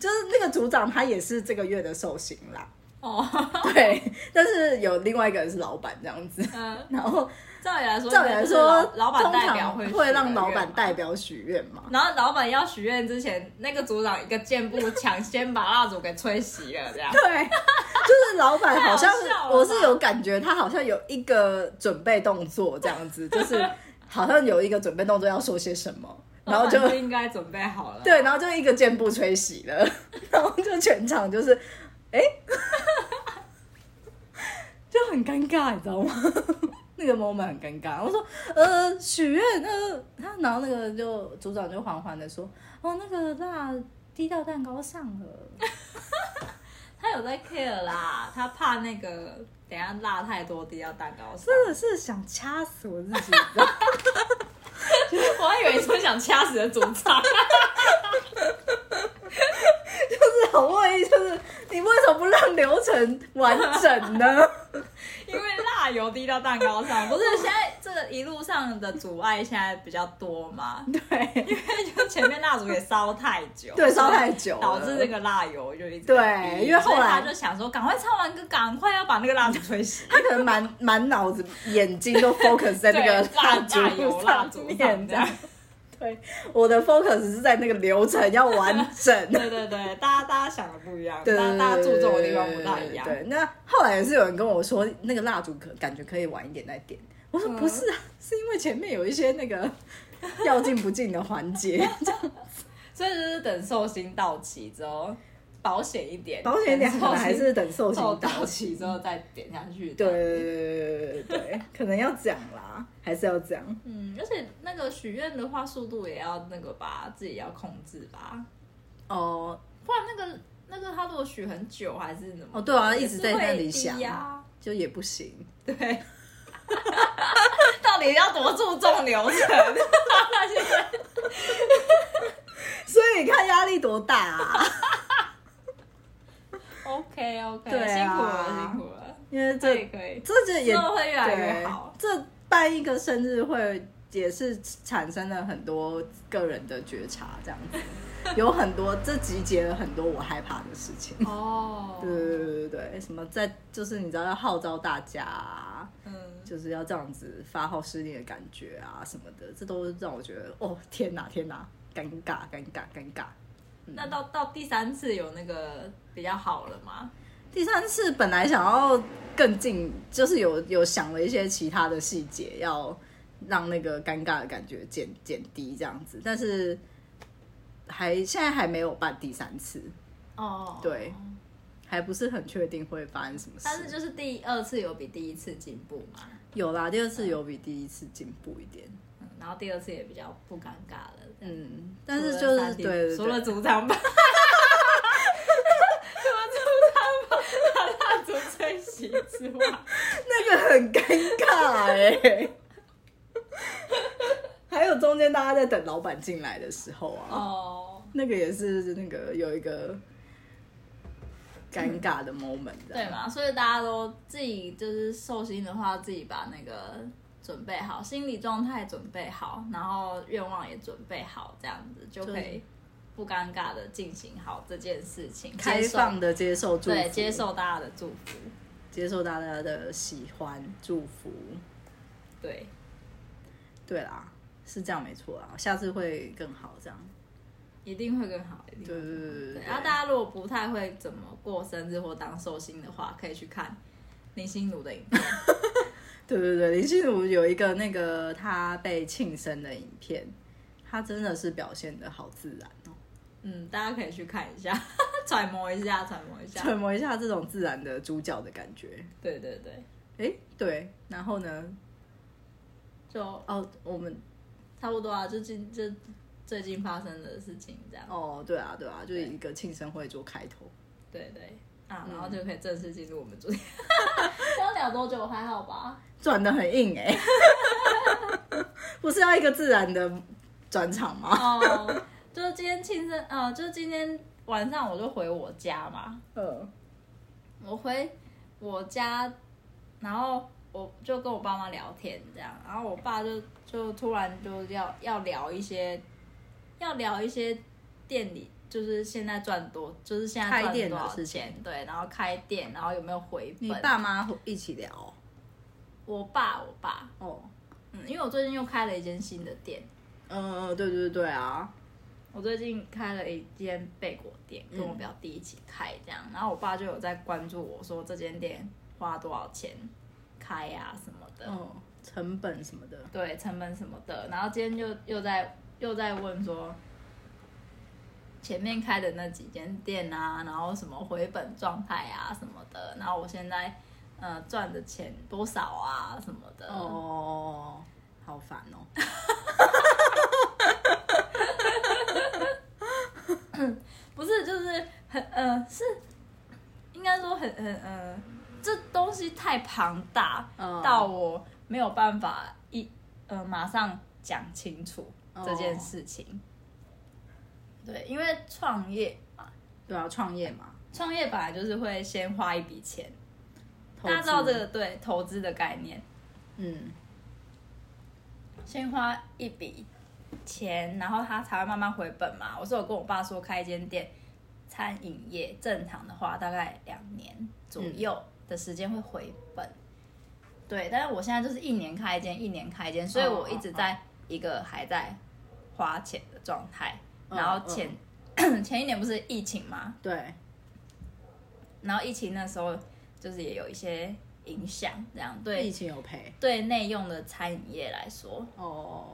Speaker 2: 就是那个组长他也是这个月的寿星啦，
Speaker 1: 哦，
Speaker 2: 对，但是有另外一个人是老板这样子。
Speaker 1: 嗯，
Speaker 2: 然后
Speaker 1: 照理来说，
Speaker 2: 照理来说，
Speaker 1: 老板代表
Speaker 2: 通常
Speaker 1: 会
Speaker 2: 会让老
Speaker 1: 许愿
Speaker 2: 板
Speaker 1: 嘛。
Speaker 2: 代表许愿 嘛？
Speaker 1: 然后老板要许愿之前，那个组长一个箭步抢先把蜡烛给吹熄了，这样。
Speaker 2: 对， 就是老板好像
Speaker 1: 太好笑了吧
Speaker 2: 我是有感觉，他好像有一个准备动作这样子， 就是好像有一个准备动作要说些什么，然后就
Speaker 1: 老板应该准备好了。
Speaker 2: 对，然后就一个箭步吹熄了，然后就全场就是哎，很尴尬，你知道吗？ 那个 moment 很尴尬。我说，呃，许愿，呃，他然后那个就组长就缓缓的说，哦，那个辣滴到蛋糕上了。
Speaker 1: 他有在 care 啦，他怕那个等一下辣太多滴到蛋糕上。
Speaker 2: 真的是想掐死我自己， 你知道吗
Speaker 1: 我还以为你说想掐死的主唱，
Speaker 2: 就是很问意，就是你为什么不让流程完整呢？
Speaker 1: 因为辣油滴到蛋糕上，不是现在这个一路上的阻碍现在比较多嘛？
Speaker 2: 对
Speaker 1: 因为就前面蜡烛也烧太久，
Speaker 2: 对，烧太久了
Speaker 1: 导致那个蜡油就一直
Speaker 2: 对
Speaker 1: 在滴
Speaker 2: 因为后来
Speaker 1: 所以他就想说，赶快唱完歌，赶快要把那个蜡烛吹熄。
Speaker 2: 他可能满满脑子眼睛都 focus 在 那个
Speaker 1: 对蜡
Speaker 2: 烛
Speaker 1: 蜡油蜡烛
Speaker 2: 面
Speaker 1: 上
Speaker 2: 这
Speaker 1: 这
Speaker 2: 样
Speaker 1: 样。
Speaker 2: 对，我的 focus 是在那个流程要完整。
Speaker 1: 对对对，大家大家想的不一样，大
Speaker 2: 对
Speaker 1: 家大家注重的地方不大一样。
Speaker 2: 对，那后来也是有人跟我说，那个蜡烛可感觉可以晚一点再点。我说
Speaker 1: 嗯
Speaker 2: 不是啊，是因为前面有一些那个要进不进的环节，
Speaker 1: 所以就是等寿星到期之后，保险一点，
Speaker 2: 保险点可
Speaker 1: 等寿
Speaker 2: 能
Speaker 1: 星
Speaker 2: 还是等寿星
Speaker 1: 寿
Speaker 2: 到
Speaker 1: 到期之后再点下去。
Speaker 2: 对，对对对对，可能要讲啦，还是要讲。
Speaker 1: 嗯，而且那个许愿的话，速度也要那个吧，自己要控制吧，
Speaker 2: 哦
Speaker 1: 不然那个那个他如果许很久还是怎么？
Speaker 2: 哦，对啊，
Speaker 1: 也
Speaker 2: 一
Speaker 1: 是
Speaker 2: 直在那里
Speaker 1: 会
Speaker 2: 想，
Speaker 1: 低啊
Speaker 2: 就也不行。
Speaker 1: 对。 到底要多注重流程？
Speaker 2: 啊 所以你看压力多大 啊！
Speaker 1: OK OK，
Speaker 2: 对啊
Speaker 1: 辛苦了辛苦了，
Speaker 2: 因为
Speaker 1: 可
Speaker 2: 这
Speaker 1: 以可以，
Speaker 2: 这这也
Speaker 1: 之后会越来
Speaker 2: 对
Speaker 1: 越好。
Speaker 2: 这办一个生日会也是产生了很多个人的觉察，这样子有很多这集结了很多我害怕的事情。
Speaker 1: 哦，
Speaker 2: 对对对对对，什么在就是你知道要号召大家、啊，
Speaker 1: 嗯，
Speaker 2: 就是要这样子发号施令的感觉啊什么的，这都让我觉得哦天哪天哪，尴尬尴尬尴尬。
Speaker 1: 那到到第三次有那个比较好了吗？
Speaker 2: 第三次本来想要更进，就是有有想了一些其他的细节，要让那个尴尬的感觉减减低这样子，但是还现在还没有办第三次，
Speaker 1: 哦，
Speaker 2: 对还不是很确定会发生什么事。
Speaker 1: 但是就是第二次有比第一次进步嘛，
Speaker 2: 有啦，第二次有比第一次进步一点，
Speaker 1: 嗯，然后第二次也比较不尴尬了。
Speaker 2: 嗯，但是就是
Speaker 1: 除了
Speaker 2: 对对
Speaker 1: 除了
Speaker 2: 对，
Speaker 1: 组长吧， 除了组长吧，把蜡烛吹熄之外，
Speaker 2: 那个很尴尬哎、 还有中间大家在等老板进来的时候啊，
Speaker 1: 哦，
Speaker 2: 那个也是那个有一个尴尬的 moment，这啊
Speaker 1: 对
Speaker 2: 样？
Speaker 1: 嘛，所以大家都自己就是寿星的话，自己把那个准备好，心理状态准备好，然后愿望也准备好，这样子就可以不尴尬的进行好这件事情，
Speaker 2: 开
Speaker 1: 接受
Speaker 2: 放的接受祝福，
Speaker 1: 对接受大家的祝福，
Speaker 2: 接受大家的喜欢祝福，
Speaker 1: 对，
Speaker 2: 对啦，是这样没错啦，下次会更好这样。
Speaker 1: 一定会更好，一定
Speaker 2: 对
Speaker 1: 会
Speaker 2: 对对对
Speaker 1: 对，啊
Speaker 2: 对，
Speaker 1: 然后大家如果不太会怎么过生日或当寿星的话，可以去看林心如的影片。
Speaker 2: 对对对，林心如有一个那个她被庆生的影片，她真的是表现的好自然哦，
Speaker 1: 嗯，大家可以去看一下， 揣摩一下，揣摩一下。
Speaker 2: 揣摩一下这种自然的主角的感觉。
Speaker 1: 对对对，
Speaker 2: 哎，对，然后呢？
Speaker 1: 就
Speaker 2: 哦，我们
Speaker 1: 差不多啊，就近就最近发生的事情这样。
Speaker 2: 哦，对啊，对啊，就是一个庆生会做开头。
Speaker 1: 对对啊，然后就可以正式进入我们主题。刚聊多久还好吧？
Speaker 2: 转的很硬哎、 不是要一个自然的转场吗？
Speaker 1: 哦，就是今天庆生，呃，就是今天晚上我就回我家嘛，
Speaker 2: 嗯，
Speaker 1: 我回我家，然后我就跟我爸妈聊天这样，然后我爸就就突然就要要聊一些，要聊一些店里就是现在赚多，就是现在
Speaker 2: 开
Speaker 1: 赚
Speaker 2: 店
Speaker 1: 多
Speaker 2: 的
Speaker 1: 少
Speaker 2: 事情
Speaker 1: 钱，对，然后开店，然后有没有回
Speaker 2: 你
Speaker 1: 本？
Speaker 2: 爸妈一起聊哦
Speaker 1: 我爸，我爸，
Speaker 2: 哦，
Speaker 1: 嗯，因为我最近又开了一间新的店，
Speaker 2: 嗯，对对对啊，
Speaker 1: 我最近开了一间贝果店，跟我表弟一起开这样，然后我爸就有在关注我说这间店花多少钱开呀、什么的，
Speaker 2: 嗯，成本什么的，
Speaker 1: 对成本什么的，然后今天就又在又在问说，前面开的那几间店啊，然后什么回本状态啊什么的，然后我现在呃赚的钱多少啊什么的。
Speaker 2: 哦，好烦哦。
Speaker 1: 不是，就是很呃，是应该说很很呃，这东西太庞大、
Speaker 2: 嗯
Speaker 1: 到我没有办法一呃马上讲清楚
Speaker 2: 哦
Speaker 1: 这件事情。对，因为创业嘛，
Speaker 2: 对啊，创业嘛，
Speaker 1: 创业本来就是会先花一笔钱，
Speaker 2: 投
Speaker 1: 大家知道
Speaker 2: 资
Speaker 1: 这个对投资的概念，
Speaker 2: 嗯，
Speaker 1: 先花一笔钱，然后他才会慢慢回本嘛。我是有跟我爸说开一间店，餐饮业正常的话大概两年左右的时间会回本。对，但是我现在就是一年开一间，一年开一间，所以我一直在一个还在花钱的状态。
Speaker 2: 嗯
Speaker 1: 然后前、 前一年不是疫情嘛，
Speaker 2: 对，
Speaker 1: 然后疫情那时候就是也有一些影响，这样
Speaker 2: 疫
Speaker 1: 对
Speaker 2: 情有赔。
Speaker 1: 对内用的餐饮业来说，
Speaker 2: 哦哦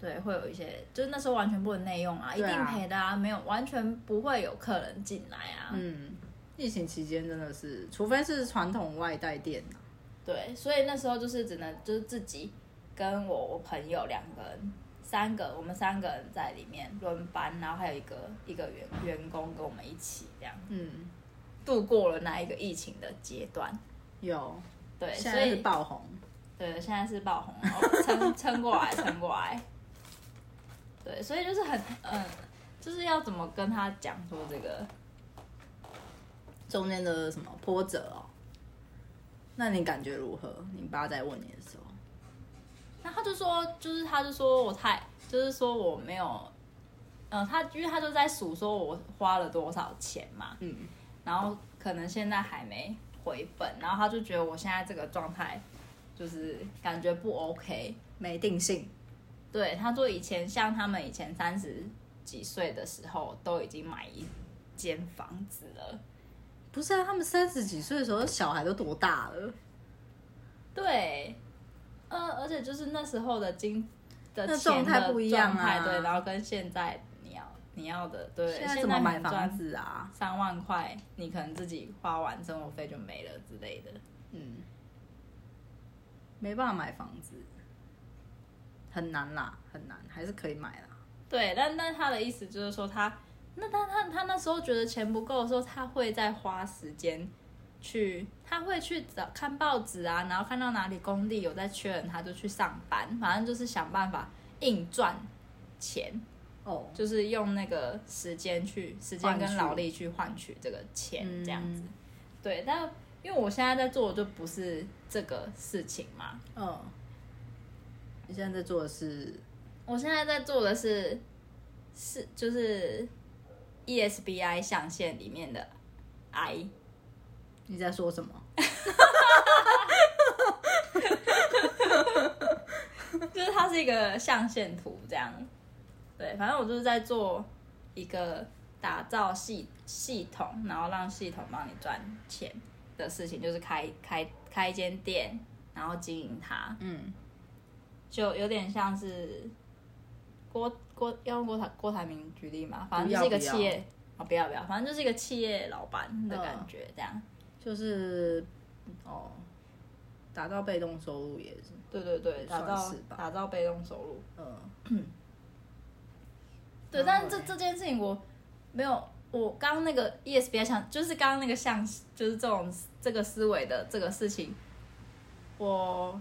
Speaker 1: 对，会有一些，就是那时候完全不能内用啊，一
Speaker 2: 对啊
Speaker 1: 定赔的啊，没有完全不会有客人进来啊。
Speaker 2: 哦，嗯，疫情期间真的是，除非是传统外带店啊、
Speaker 1: 对，所以那时候就是只能就是自己跟我我朋友两个人，三个我们三个人在里面轮班，然后还有一个一个员员工跟我们一起这样
Speaker 2: 嗯，
Speaker 1: 度过了那一个疫情的阶段。
Speaker 2: 有，
Speaker 1: 对，
Speaker 2: 现
Speaker 1: 所
Speaker 2: 在是
Speaker 1: 以
Speaker 2: 爆红，
Speaker 1: 对，现在是爆红了，我撑 撑过来，撑过来。对，所以就是很嗯，就是要怎么跟他讲说这个。
Speaker 2: 中间的什么波折哦。那你感觉如何？你爸在问你的时候，
Speaker 1: 那他就说，就是他就说我太，就是说我没有，嗯、他因为他就在数说我花了多少钱嘛，
Speaker 2: 嗯，
Speaker 1: 然后可能现在还没回本，然后他就觉得我现在这个状态就是感觉不 OK。
Speaker 2: 没定性，
Speaker 1: 对，他说以前像他们以前三十几岁的时候都已经买一间房子了，
Speaker 2: 不是啊？他们三十几岁的时候，小孩都多大了？
Speaker 1: 对，呃，而且就是那时候的经的
Speaker 2: 那
Speaker 1: 钱
Speaker 2: 状态
Speaker 1: 的
Speaker 2: 不一样
Speaker 1: 状态
Speaker 2: 啊
Speaker 1: 对，然后跟现在你要你要的，对，
Speaker 2: 现
Speaker 1: 现
Speaker 2: 在怎么买
Speaker 1: 可能赚
Speaker 2: 房子啊？
Speaker 1: 三万块，你可能自己花完生活费就没了之类的。
Speaker 2: 嗯，没办法买房子，很难啦，很难，还是可以买啦。
Speaker 1: 对，但但他的意思就是说他，那他他他那时候觉得钱不够的时候，他会再花时间去，他会去找看报纸啊，然后看到哪里工地有在缺人，他就去上班，反正就是想办法硬赚钱。
Speaker 2: 哦，
Speaker 1: 就是用那个时间去时间
Speaker 2: 换
Speaker 1: 跟
Speaker 2: 取
Speaker 1: 劳力去换取这个钱
Speaker 2: 嗯
Speaker 1: 这样子。对，但因为我现在在做的就不是这个事情嘛，
Speaker 2: 嗯，你现在在做的是
Speaker 1: 我现在在做的是是就是 E ESBI 象限里面的 I，
Speaker 2: 你在说什么？
Speaker 1: 就是它是一个象限图这样。对，反正我就是在做一个打造系系统，然后让系统帮你赚钱的事情，就是开开开一间店，然后经营它，
Speaker 2: 嗯，
Speaker 1: 就有点像是郭郭要用郭台郭台铭举例嘛，反正就是一个
Speaker 2: 不要
Speaker 1: 企业。哦，不要不要，反正就是一个企业老板的感觉，这样。
Speaker 2: 就是哦，达到被动收入也是，
Speaker 1: 对对对，
Speaker 2: 嗯
Speaker 1: 打
Speaker 2: 算
Speaker 1: 造
Speaker 2: 是吧
Speaker 1: 打造被动收入。
Speaker 2: 嗯，
Speaker 1: 对，但是
Speaker 2: 然后
Speaker 1: 这
Speaker 2: 嘞
Speaker 1: 这件事情我没有，我刚刚那个 E ESBI 想，就是刚刚那个像，就是这种这个思维的这个事情，我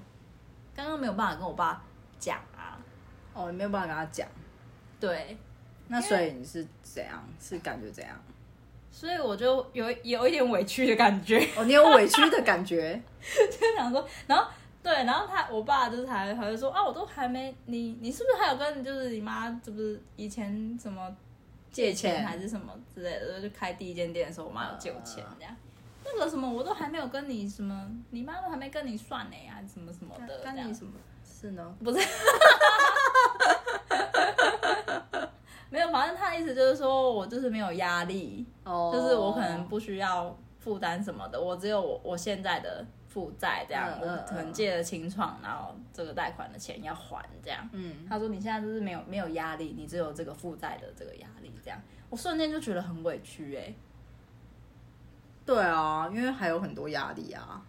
Speaker 1: 刚刚没有办法跟我爸讲啊。
Speaker 2: 哦，你没有办法跟他讲。
Speaker 1: 对，
Speaker 2: 那所以你是怎样？是感觉怎样？
Speaker 1: 所以我就有有一点委屈的感觉，
Speaker 2: 哦，你有委屈的感 觉，
Speaker 1: 就想说，然后对，然后他我爸就是还还会说啊，我都还没你你是不是还有跟就是你妈这不是以前什么
Speaker 2: 借
Speaker 1: 借钱
Speaker 2: 钱
Speaker 1: 还是什么之类的，就开第一间店的时候，我妈有借我钱
Speaker 2: 啊
Speaker 1: 这样。那个什么，我都还没有跟你什么，你妈都还没跟你算呢、还是什么什么的，这
Speaker 2: 干
Speaker 1: 样
Speaker 2: 你什么事呢？
Speaker 1: 不是，没有，反正他的意思就是说我就是没有压力，
Speaker 2: 哦，
Speaker 1: 就是我可能不需要负担什么的，我只有我我现在的负债这样，
Speaker 2: 嗯嗯
Speaker 1: 我可能借了清创，然后这个贷款的钱要还这样。
Speaker 2: 嗯，
Speaker 1: 他说你现在就是没有没有压力，你只有这个负债的这个压力这样，我瞬间就觉得很委屈哎、
Speaker 2: 对啊，因为还有很多压力啊。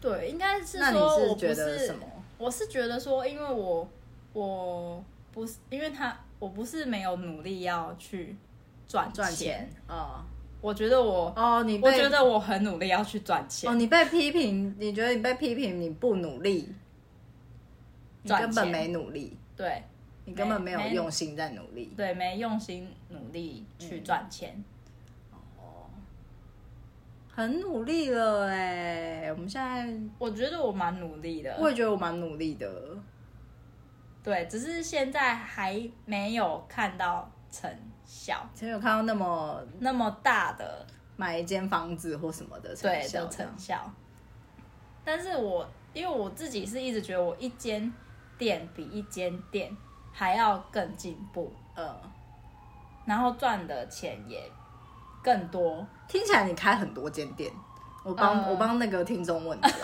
Speaker 1: 对，应该是
Speaker 2: 那你
Speaker 1: 说
Speaker 2: 是
Speaker 1: 我不
Speaker 2: 觉得
Speaker 1: 是
Speaker 2: 什么？
Speaker 1: 我是觉得说，因为我我不是因为他，我不是没有努力要去赚
Speaker 2: 赚钱哦
Speaker 1: 我觉得我，
Speaker 2: 哦，你被
Speaker 1: 我觉得我很努力要去赚钱，
Speaker 2: 哦，你被批评，你觉得你被批评，你不努力，你
Speaker 1: 赚
Speaker 2: 根本
Speaker 1: 钱
Speaker 2: 没努力，
Speaker 1: 对
Speaker 2: 你根本
Speaker 1: 没
Speaker 2: 没有
Speaker 1: 没
Speaker 2: 用心在努力。
Speaker 1: 对，没用心努力去赚钱。
Speaker 2: 很努力了哎、我们现在
Speaker 1: 我觉得我蛮努力的，
Speaker 2: 我也觉得我蛮努力的，
Speaker 1: 对，只是现在还没有看到成效，
Speaker 2: 前面有看到那么
Speaker 1: 那么大的
Speaker 2: 买一间房子或什么的成
Speaker 1: 对
Speaker 2: 效
Speaker 1: 的
Speaker 2: 这样
Speaker 1: 成效。但是我因为我自己是一直觉得我一间店比一间店还要更进步，
Speaker 2: 嗯，
Speaker 1: 然后赚的钱也更多。
Speaker 2: 听起来你开很多间店，我帮、
Speaker 1: 呃
Speaker 2: 我帮那个听众问 的啦，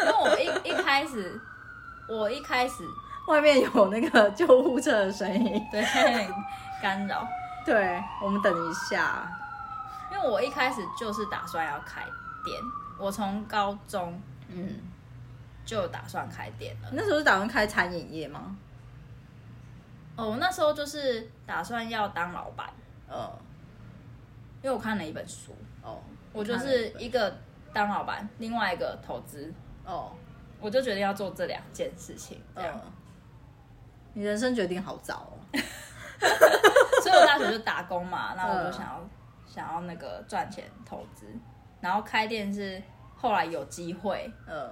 Speaker 1: 因为我一一开始，我一开始
Speaker 2: 外面有那个救护车的声音，
Speaker 1: 对干扰，
Speaker 2: 对我们等一下，
Speaker 1: 因为我一开始就是打算要开店，我从高中
Speaker 2: 嗯，
Speaker 1: 就打算开店了。
Speaker 2: 那时候是打算开餐饮业吗？
Speaker 1: 哦，我那时候就是打算要当老板，
Speaker 2: 呃，
Speaker 1: 因为我看了一本书，
Speaker 2: 哦，
Speaker 1: 我就是一个当老板，另外一个投资，
Speaker 2: 哦，
Speaker 1: 我就决定要做这两件事情，这样，
Speaker 2: 嗯，你人生决定好早哦，
Speaker 1: 所以我大学就打工嘛，然后我
Speaker 2: 嗯
Speaker 1: 就想要、想要那个赚钱投资，然后开店是后来有机会，
Speaker 2: 呃，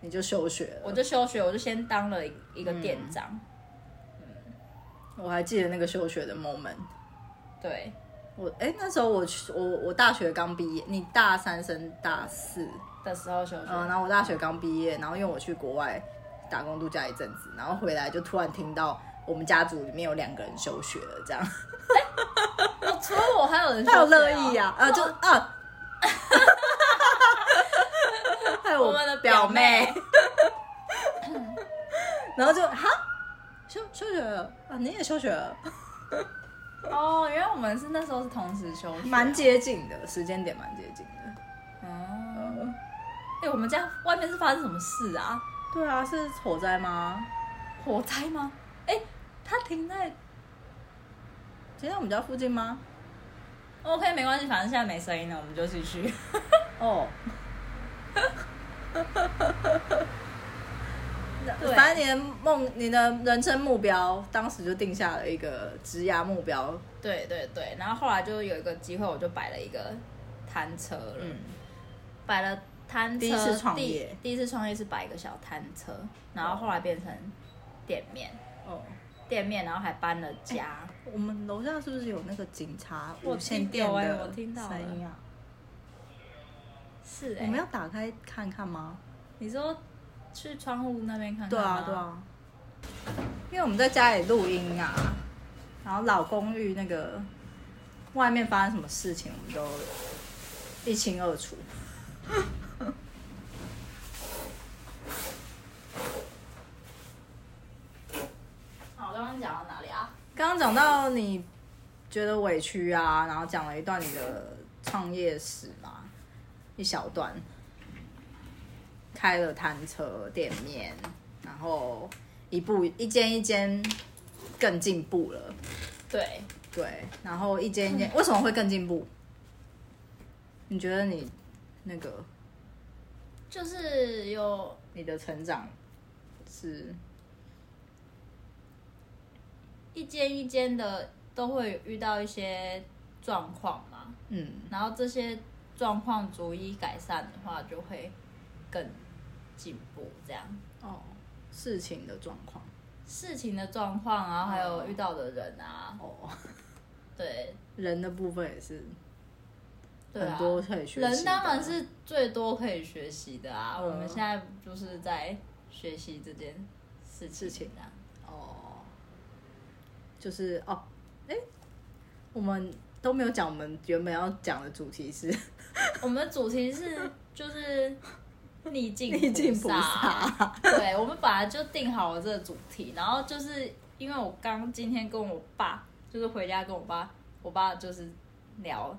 Speaker 2: 你就休学了，
Speaker 1: 我就休学，我就先当了一一个店
Speaker 2: 嗯
Speaker 1: 长，
Speaker 2: 我还记得那个休学的 moment。
Speaker 1: 对，
Speaker 2: 我哎、那时候我去我我大学刚毕业，你大三升大四，
Speaker 1: 的时候休学，
Speaker 2: 嗯，然后我大学刚毕业，然后因为我去国外打工度假一阵子，然后回来就突然听到我们家族里面有两个人休学了，这样，
Speaker 1: 哦除了我还有人休
Speaker 2: 他有
Speaker 1: 学、哦
Speaker 2: 乐意呀、 啊，呃，就啊，还有
Speaker 1: 我们的
Speaker 2: 表
Speaker 1: 表妹，
Speaker 2: 然后就哈，休休学了啊，你也休学了，
Speaker 1: 哦，原来我们是那时候是同时休学，
Speaker 2: 蛮接近的，时间点蛮接近的，
Speaker 1: 哦。
Speaker 2: 呃，
Speaker 1: 哎、我们家外面是发生什么事啊？
Speaker 2: 对啊，是火灾吗？
Speaker 1: 火灾吗？哎、它停在
Speaker 2: 停在我们家附近吗？
Speaker 1: OK，没关系，反正现在没声音了，我们就继续。
Speaker 2: 哦。
Speaker 1: 对
Speaker 2: 反正你的梦，你的人生目标，当时就定下了一个职涯目标。
Speaker 1: 对对对，然后后来就有一个机会，我就摆了一个摊车了，
Speaker 2: 嗯，
Speaker 1: 摆了摊车。
Speaker 2: 第一次创业嗯
Speaker 1: 第，第一次创业是摆一个小摊车，然后后来变成店面，
Speaker 2: 哦，
Speaker 1: 店面，然后还搬了家。
Speaker 2: 我们楼下是不是有那个警察
Speaker 1: 我
Speaker 2: 无线
Speaker 1: 听
Speaker 2: 电
Speaker 1: 有欸
Speaker 2: 的
Speaker 1: 我听到了
Speaker 2: 声音啊？
Speaker 1: 是
Speaker 2: 我
Speaker 1: 哎、
Speaker 2: 们要打开看看吗？
Speaker 1: 你说去窗户那边看看
Speaker 2: 对啊
Speaker 1: 吗，
Speaker 2: 对。啊，因为我们在家里录音啊，然后老公寓那个外面发生什么事情，我们都一清二楚。
Speaker 1: 好，我刚刚讲到哪里啊？
Speaker 2: 刚刚讲到你觉得委屈啊，然后讲了一段你的创业史嘛，一小段，开了摊车店面，然后一步一间一间更进步了，
Speaker 1: 对，
Speaker 2: 对，然后一间一间为什么会更进步？你觉得你那个
Speaker 1: 就是有
Speaker 2: 你的成长是
Speaker 1: 一间一间的都会遇到一些状况嘛，
Speaker 2: 嗯
Speaker 1: 然后这些状况逐一改善的话，就会更进步。这样
Speaker 2: 哦事情的状况
Speaker 1: 事情的状况啊，还有遇到的人啊，
Speaker 2: 哦，
Speaker 1: 对
Speaker 2: 人的部分也是
Speaker 1: 对啊
Speaker 2: 很，多可以学习的、
Speaker 1: 人当然是最多可以学习的啊。
Speaker 2: 嗯
Speaker 1: 我们现在就是在学习这件事
Speaker 2: 事情
Speaker 1: 情啊，
Speaker 2: 哦，就是哦，哎、我们都没有讲我们原本要讲的主题是
Speaker 1: 我们的主题是就是逆境
Speaker 2: 逆境菩
Speaker 1: 萨。欸
Speaker 2: 萨，
Speaker 1: 对，我们本来就定好了这个主题，然后就是因为我刚今天跟我爸，就是回家跟我爸，我爸就是聊，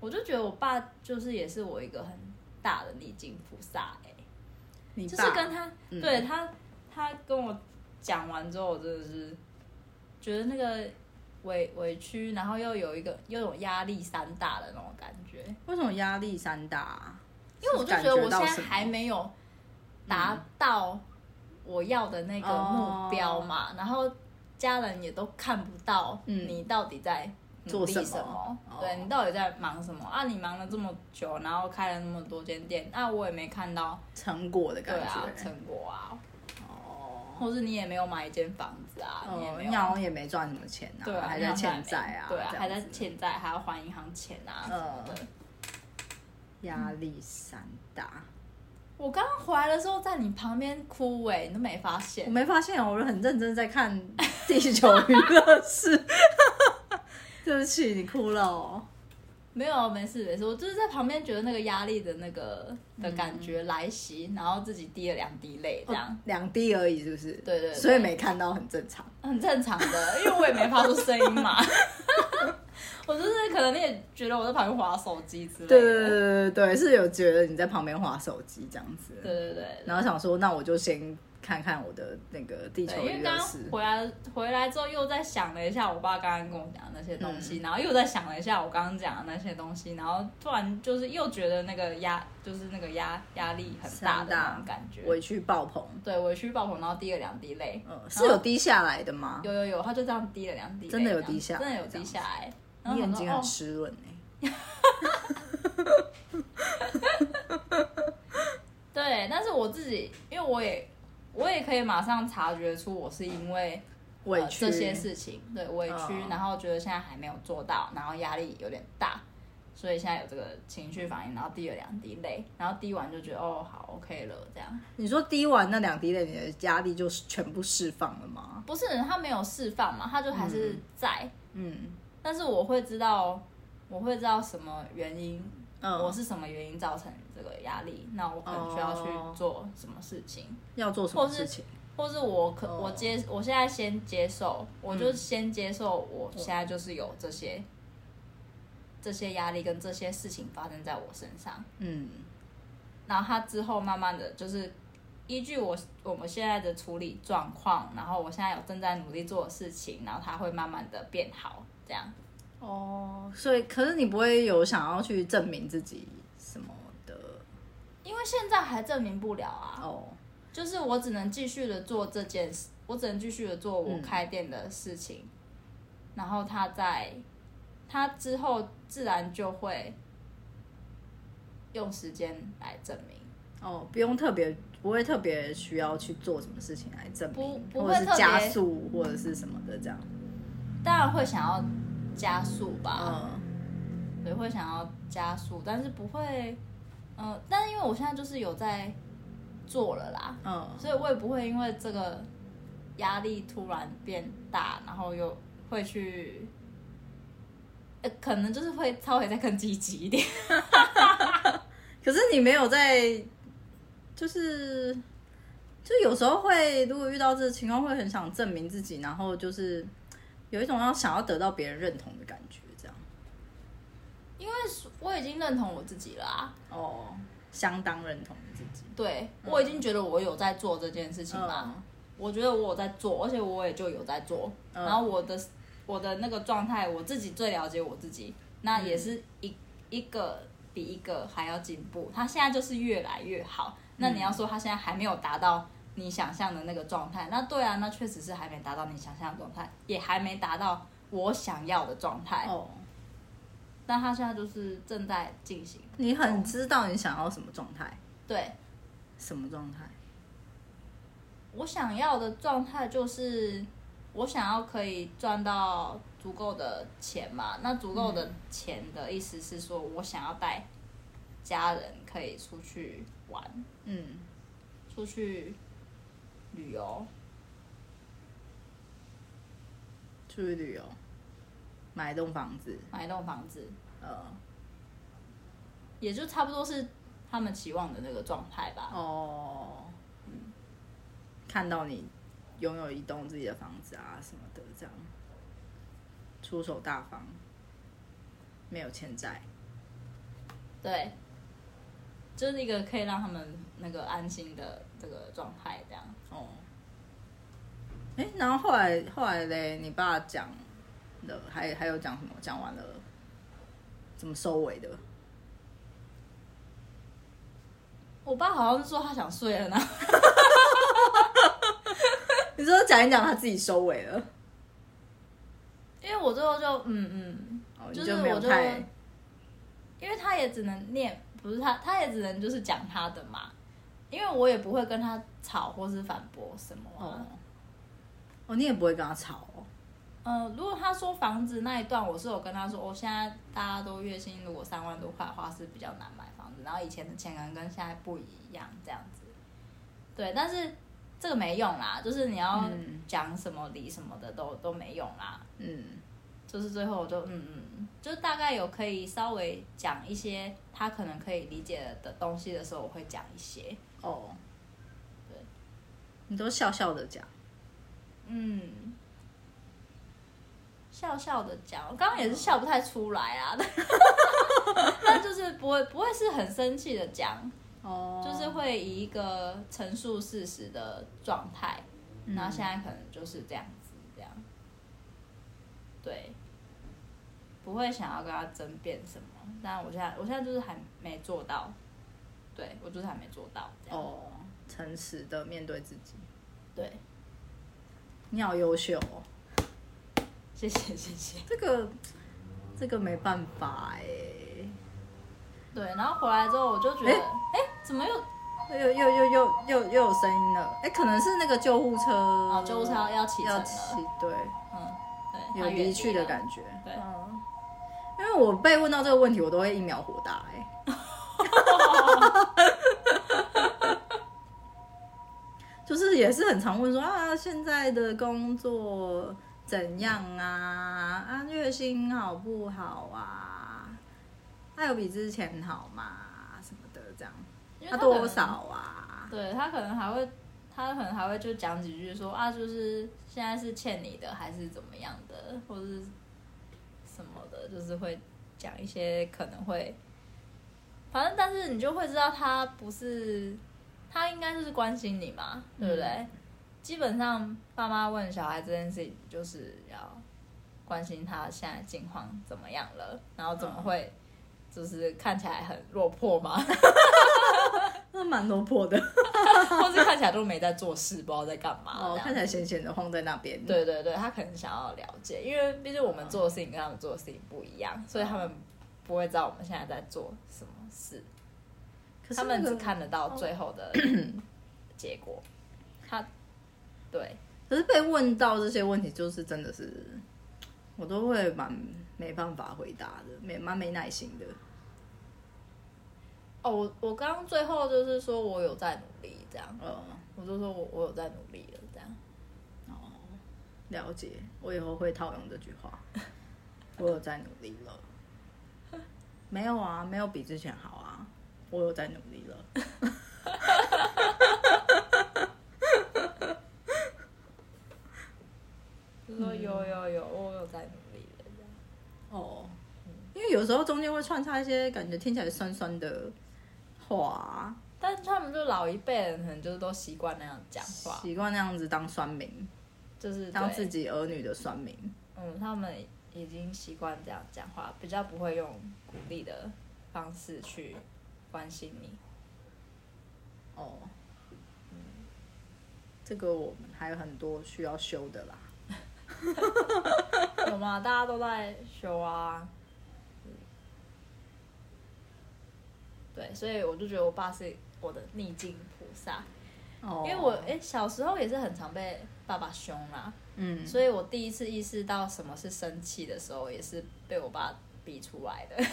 Speaker 1: 我就觉得我爸就是也是我一个很大的礼敬菩萨哎、
Speaker 2: 你
Speaker 1: 就
Speaker 2: 爸
Speaker 1: 是跟他、
Speaker 2: 嗯
Speaker 1: 对他他跟我讲完之后，我真的是觉得那个委委屈，然后又有一个又有压力山大的那种感觉，
Speaker 2: 为什么压力山大啊？
Speaker 1: 因为我就觉
Speaker 2: 是
Speaker 1: 得
Speaker 2: 感
Speaker 1: 我
Speaker 2: 到
Speaker 1: 现
Speaker 2: 什
Speaker 1: 在
Speaker 2: 么嗯
Speaker 1: 还没有达到我要的那个
Speaker 2: 哦
Speaker 1: 目标嘛，然后家人也都看不到
Speaker 2: 嗯
Speaker 1: 你到底在努力
Speaker 2: 做
Speaker 1: 什
Speaker 2: 什么
Speaker 1: 对
Speaker 2: 哦
Speaker 1: 你到底在忙什么啊？你忙了这么久，然后开了那么多间店，那、我也没看到
Speaker 2: 成果的感
Speaker 1: 对啊
Speaker 2: 觉
Speaker 1: 成。果啊，
Speaker 2: 哦
Speaker 1: 或是你也没有买一间房子啊，你也
Speaker 2: 哦，
Speaker 1: 没
Speaker 2: 你
Speaker 1: 有。
Speaker 2: 好像也没赚什么钱啊，
Speaker 1: 对啊，
Speaker 2: 还
Speaker 1: 你
Speaker 2: 在
Speaker 1: 好像
Speaker 2: 欠债啊，
Speaker 1: 对啊，
Speaker 2: 这样
Speaker 1: 还在
Speaker 2: 子嗯
Speaker 1: 欠债，还要还银行钱啊什么的。
Speaker 2: 压力山大。
Speaker 1: 我刚刚回来的时候，在你旁边哭哎、你都没发现
Speaker 2: 我。没发现哦，我很认真在看《地球娱乐室》，对不起，你哭了哦。
Speaker 1: 没有，没事没事，我就是在旁边觉得那个压力的那个的感觉来袭，然后自己滴了两滴泪，这样、
Speaker 2: 哦两滴而已，是不是？
Speaker 1: 对对对
Speaker 2: 所以没看到很正常。
Speaker 1: 很正常的，因为我也没发出声音嘛。我就是可能你也觉得我在旁边划手机之类的，
Speaker 2: 对对对对对对，是有觉得你在旁边划手机这样子，
Speaker 1: 对对对
Speaker 2: 然后想说，那我就先看看我的那个《地
Speaker 1: 对
Speaker 2: 球
Speaker 1: 因为
Speaker 2: 娱
Speaker 1: 刚
Speaker 2: 乐
Speaker 1: 刚
Speaker 2: 室》。
Speaker 1: 回来回来之后，又在想了一下我爸刚刚跟我讲的那些东西，然后又在想了一下我刚刚讲的那些东西，然后突然就是又觉得那个压，就是那个压压力很大的那种感觉，
Speaker 2: 委屈爆棚，
Speaker 1: 对委屈爆棚，然后滴了两滴泪，
Speaker 2: 嗯，是有滴下来的吗？
Speaker 1: 有有有，他就这样滴了两滴泪，
Speaker 2: 真的有
Speaker 1: 这样
Speaker 2: 滴下来
Speaker 1: 真的有滴下来。然
Speaker 2: 你
Speaker 1: 后
Speaker 2: 眼
Speaker 1: 我
Speaker 2: 睛
Speaker 1: 说
Speaker 2: 很
Speaker 1: 哦，
Speaker 2: 湿润哎。
Speaker 1: 对，但是我自己，因为我也我也可以马上察觉出我是因为
Speaker 2: 委
Speaker 1: 呃、
Speaker 2: 屈、
Speaker 1: 这些事情，对委屈，
Speaker 2: 嗯
Speaker 1: 然后觉得现在还没有做到，然后压力有点大，所以现在有这个情绪反应，然后滴了两滴泪，然后滴完就觉得哦好 OK 了这样。
Speaker 2: 你说滴完那两滴泪，你的压力就是全部释放了吗？
Speaker 1: 不是他没有释放嘛，他就还是在，
Speaker 2: 嗯
Speaker 1: 但是我会知道我会知道什么原因
Speaker 2: 嗯，
Speaker 1: 我是什么原因造成这个压力，那我可能需要去
Speaker 2: 哦
Speaker 1: 做什么事情，
Speaker 2: 要做什么事情？
Speaker 1: 或是我可、
Speaker 2: 哦
Speaker 1: 我接我现在先接受，我就先接受我现在就是有这些、这些压力跟这些事情发生在我身上，
Speaker 2: 嗯
Speaker 1: 然后它之后慢慢的就是依据我我们现在的处理状况，然后我现在有正在努力做的事情，然后它会慢慢的变好，这样。
Speaker 2: 哦，所以可是你不会有想要去证明自己什么的
Speaker 1: 因为现在还证明不了啊，
Speaker 2: 哦，
Speaker 1: 就是我只能继续的做这件事，我只能继续的做我
Speaker 2: 嗯
Speaker 1: 开店的事情，然后他在他之后自然就会用时间来证明，
Speaker 2: 哦，不用特别，不会特别需要去做什么事情来证明，
Speaker 1: 不不
Speaker 2: 或
Speaker 1: 会
Speaker 2: 者是
Speaker 1: 特别
Speaker 2: 加速或者是什么的这样。
Speaker 1: 当然会想要加速吧，
Speaker 2: 嗯，
Speaker 1: 对，会想要加速，但是不会，嗯、但是因为我现在就是有在做了啦，
Speaker 2: 嗯，
Speaker 1: 所以我也不会因为这个压力突然变大，然后又会去，呃，可能就是会稍微再更积极一点。
Speaker 2: 可是你没有在，就是，就有时候会，如果遇到这个情况，会很想证明自己，然后就是有一种要想要得到别人认同的感觉，这样。
Speaker 1: 因为我已经认同我自己了、啊，
Speaker 2: 哦，相当认同自己。
Speaker 1: 对、我已经觉得我有在做这件事情了、
Speaker 2: 嗯
Speaker 1: 我觉得我有在做，而且我也就有在做。
Speaker 2: 嗯
Speaker 1: 然后我的我的那个状态，我自己最了解我自己，那也是一、一个比一个还要进步。他现在就是越来越好。那你要说他现在还没有达到你想象的那个状态，那对啊，那确实是还没达到你想象的状态，也还没达到我想要的状态。
Speaker 2: 哦，
Speaker 1: 那他现在就是正在进行，
Speaker 2: 你很知道你想要什么状态，
Speaker 1: 对。
Speaker 2: 什么状态？
Speaker 1: 我想要的状态就是，我想要可以赚到足够的钱嘛。那足够的钱的意思是说，我想要带家人可以出去玩，
Speaker 2: 嗯，
Speaker 1: 出去旅游。
Speaker 2: 出去旅游，买一栋房子，
Speaker 1: 买一栋房子，
Speaker 2: 呃，
Speaker 1: 也就差不多是他们期望的那个状态吧。
Speaker 2: 哦，看到你拥有一栋自己的房子啊什么的，这样出手大方，没有欠债，
Speaker 1: 对，就是一个可以让他们那个安心的这个状态，这样。
Speaker 2: 哦，哎、然后后来后来嘞，你爸讲了，还还有讲什么？讲完了，怎么收尾的？
Speaker 1: 我爸好像是说他想睡了呢，
Speaker 2: 你说讲一讲，他自己收尾了，
Speaker 1: 因为我最后就嗯嗯，
Speaker 2: 哦，
Speaker 1: 就是
Speaker 2: 你没有
Speaker 1: 我就
Speaker 2: 太
Speaker 1: 因为他也只能念，不是他，他也只能就是讲他的嘛，因为我也不会跟他吵或是反驳什么、啊。
Speaker 2: 哦哦，你也不会跟他吵哦。
Speaker 1: 呃，如果他说房子那一段，我是有跟他说，我、哦现在大家都月薪如果三万多块的话是比较难买房子，然后以前的钱可能跟现在不一样这样子。对，但是这个没用啦，就是你要
Speaker 2: 嗯
Speaker 1: 讲什么理什么的都都没用啊啦。
Speaker 2: 嗯，
Speaker 1: 就是最后我就嗯嗯，就是大概有可以稍微讲一些他可能可以理解的东西的时候，我会讲一些。
Speaker 2: 哦，
Speaker 1: 对，
Speaker 2: 你都笑笑的讲。
Speaker 1: 嗯，笑笑的讲，我刚刚也是笑不太出来啊， 但就是不会不会是很生气的讲，
Speaker 2: 哦，
Speaker 1: 就是会以一个陈述事实的状态，然后现在可能就是这样子这样，对，不会想要跟他争辩什么，但我现在我现在就是还没做到，对我就是还没做到这样，
Speaker 2: 哦，诚实的面对自己，
Speaker 1: 对，
Speaker 2: 你好优秀哦。
Speaker 1: 谢谢谢谢。
Speaker 2: 这个这个没办法哎、
Speaker 1: 对，然后回来之后我就觉得，哎、
Speaker 2: 诶
Speaker 1: 怎么又
Speaker 2: 又又又又又又有声音了，哎、可能是那个救护车，哦
Speaker 1: 救护车要启程
Speaker 2: 要
Speaker 1: 了
Speaker 2: 起，对，
Speaker 1: 嗯，对，
Speaker 2: 有离去的感
Speaker 1: 觉。
Speaker 2: 觉，
Speaker 1: 对
Speaker 2: 嗯，因为我被问到这个问题，我都会一秒火大、哎， 就是也是很常问说啊，现在的工作怎样啊？啊，月薪好不好啊？还有比之前好吗？什么的这样，
Speaker 1: 因为
Speaker 2: 啊
Speaker 1: 他可能
Speaker 2: 多少？啊？
Speaker 1: 对他可能还会，他可能还会就讲几句说啊，就是现在是欠你的还是怎么样的，或是什么的，就是会讲一些可能会，反正但是你就会知道他不是，他应该就是关心你嘛，对不对？基本上爸妈问小孩这件事情，就是要关心他现在境况怎么样了，然后怎么会就是看起来很落魄嘛，
Speaker 2: 那蛮落魄的
Speaker 1: 或是看起来都没在做事，不知道在干嘛。
Speaker 2: 哦，看起来。闲闲的晃在那边。，
Speaker 1: 对对对，他可能想要了解，因为毕竟我们做的事情跟他们做的事情不一样，所以他们不会知道我们现在在做什么事，
Speaker 2: 可是
Speaker 1: 他
Speaker 2: 那
Speaker 1: 们只
Speaker 2: 个
Speaker 1: 看得到最后 的结果。他，对，
Speaker 2: 可是被问到这些问题，就是真的是我都会蛮没办法回答的，没蛮没耐心的。
Speaker 1: 哦，我我刚刚最后就是说我有在努力，这样，
Speaker 2: 呃，
Speaker 1: 我就说我我有在努力了，这样。
Speaker 2: 了解，我以后会套用这句话。 我有在努力了，没有啊，没有比之前好啊，我有在努力了。
Speaker 1: 就说有有有，我有在努力了，这样。
Speaker 2: 哦，因为有时候中间会穿插一些感觉听起来酸酸的话啊，
Speaker 1: 但他们就老一辈人可能就是都习惯那样讲话，
Speaker 2: 习惯那样子当酸民，
Speaker 1: 就是
Speaker 2: 当
Speaker 1: 对
Speaker 2: 自己儿女的酸民。
Speaker 1: 嗯，他们已经习惯这样讲话，比较不会用鼓励的方式去关心你。
Speaker 2: 哦，这个我们还有很多需要修的啦。
Speaker 1: 有吗？大家都在修啊。对，所以我就觉得我爸是我的逆境菩萨，
Speaker 2: 哦
Speaker 1: 因为我诶、小时候也是很常被爸爸凶啦，
Speaker 2: 嗯，
Speaker 1: 所以我第一次意识到什么是生气的时候，也是被我爸逼出来的。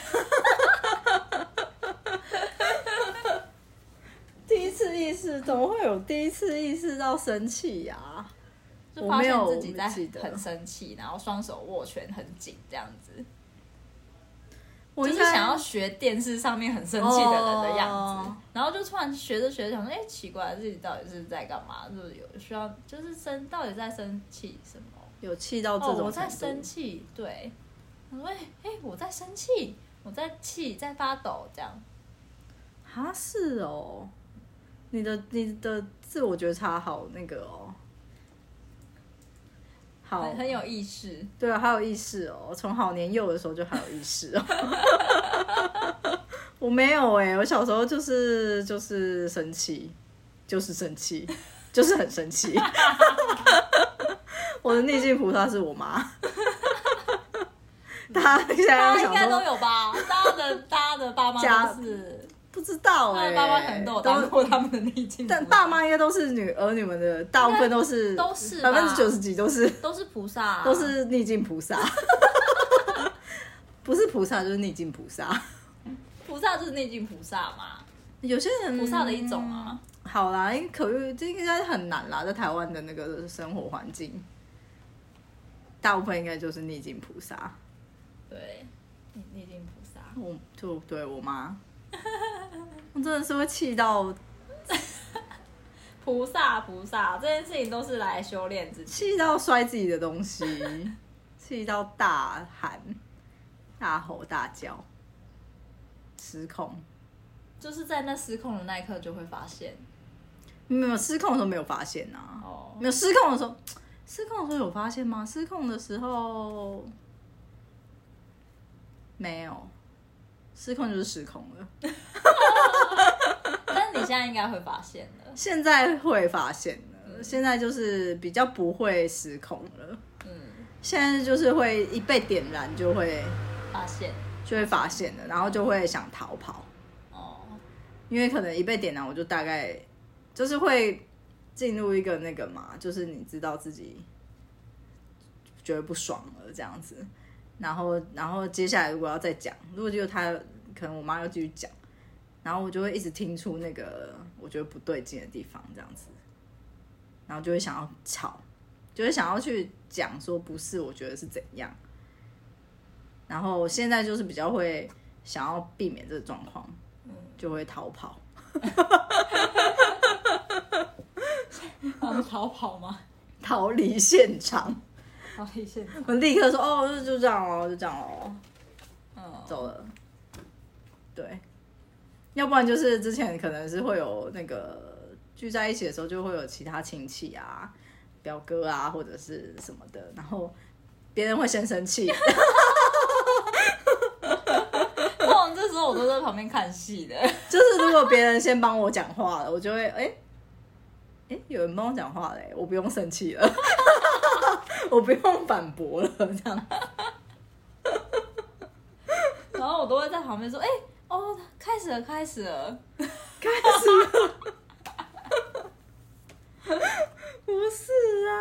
Speaker 2: 第一次意识怎么会有第一次意识到生气呀、
Speaker 1: 就发现
Speaker 2: 我没有
Speaker 1: 自己在
Speaker 2: 记得
Speaker 1: 很生气，然后双手握拳很紧这样子，
Speaker 2: 我
Speaker 1: 就是
Speaker 2: 应该
Speaker 1: 想要学电视上面很生气的人的样子。
Speaker 2: 哦
Speaker 1: 然后就突然学着学着想说，哎、奇怪，自己到底是在干嘛？就是有需要，就是生到底在生气什么？
Speaker 2: 有气到这
Speaker 1: 哦
Speaker 2: 种、，
Speaker 1: 我在生，气，对，我说哎哎、诶我在生气，我在气，在发抖这样。
Speaker 2: 啊，是哦，你的你的自我觉察好那个哦，好
Speaker 1: 很，很有意识。
Speaker 2: 对啊，好有意识哦，从好年幼的时候就好有意识哦。 我没有哎、我小时候就是就是生气，就是生气，就是很生 气。我的逆境菩萨是我 妈，她 现在
Speaker 1: 大
Speaker 2: 要
Speaker 1: 家应
Speaker 2: 想
Speaker 1: 该都
Speaker 2: 说
Speaker 1: 有吧？大家的大家的爸妈
Speaker 2: 家
Speaker 1: 都是，
Speaker 2: 不知道
Speaker 1: 他
Speaker 2: 哎、
Speaker 1: 的爸妈可能都有当过他们的逆 境。
Speaker 2: 但爸妈应该都是女儿女们的，大部分都是
Speaker 1: 都是吧
Speaker 2: 百分之九十几都是
Speaker 1: 都是菩萨、啊，
Speaker 2: 都是逆境菩萨， 不是菩萨就是逆境菩萨。
Speaker 1: 菩萨，就是内境菩萨嘛，
Speaker 2: 有些人
Speaker 1: 菩萨的一种啊。
Speaker 2: 好啦，因为可遇这应该很难啦，在台湾的那个生活环境，大部分应该就是逆境菩萨。
Speaker 1: 对，内内境菩萨。
Speaker 2: 我就对我妈，我真的是会气到
Speaker 1: 菩萨，菩萨，这件事情都是来修炼自己。
Speaker 2: 气到摔自己的东西，气到大喊、大吼大叫，失控。
Speaker 1: 就是在那失控的那一刻就会发现，
Speaker 2: 没有失控的时候没有发现啊，
Speaker 1: 哦，
Speaker 2: 没有失控的时候，失控的时候有发现吗？失控的时候没有，失控就是失控了。
Speaker 1: 但是你现在应该会发现了，
Speaker 2: 现在会发现了，现在就是比较不会失控了。
Speaker 1: 嗯，
Speaker 2: 现在就是会一被点燃就会
Speaker 1: 发现，
Speaker 2: 就会发现了，然后就会想逃跑，
Speaker 1: 哦，
Speaker 2: 因为可能一被点燃，我就大概就是会进入一个那个嘛，就是你知道自己觉得不爽了这样子，然后然后接下来如果要再讲，如果就他可能我妈要继续讲，然后我就会一直听出那个我觉得不对劲的地方这样子，然后就会想要吵，就会想要去讲说不是，我觉得是怎样，然后现在就是比较会想要避免这个状况，就会逃跑。
Speaker 1: 我们逃跑吗？
Speaker 2: 逃离现场，
Speaker 1: 逃离现场，
Speaker 2: 我立刻说哦，就就这样哦，就这样哦，
Speaker 1: 嗯，
Speaker 2: 走了。对，要不然就是之前可能是会有那个聚在一起的时候，就会有其他亲戚啊、表哥啊或者是什么的，然后别人会先生气，
Speaker 1: 通常这时候我都在旁边看戏的，
Speaker 2: 就是如果别人先帮我讲话了，我就会哎哎、诶有人帮我讲话嘞，我不用生气了， 我不用反驳了，这样。
Speaker 1: 然后我都会在旁边说，哎、哦，开始了，开始了，
Speaker 2: 开始了。不是啊，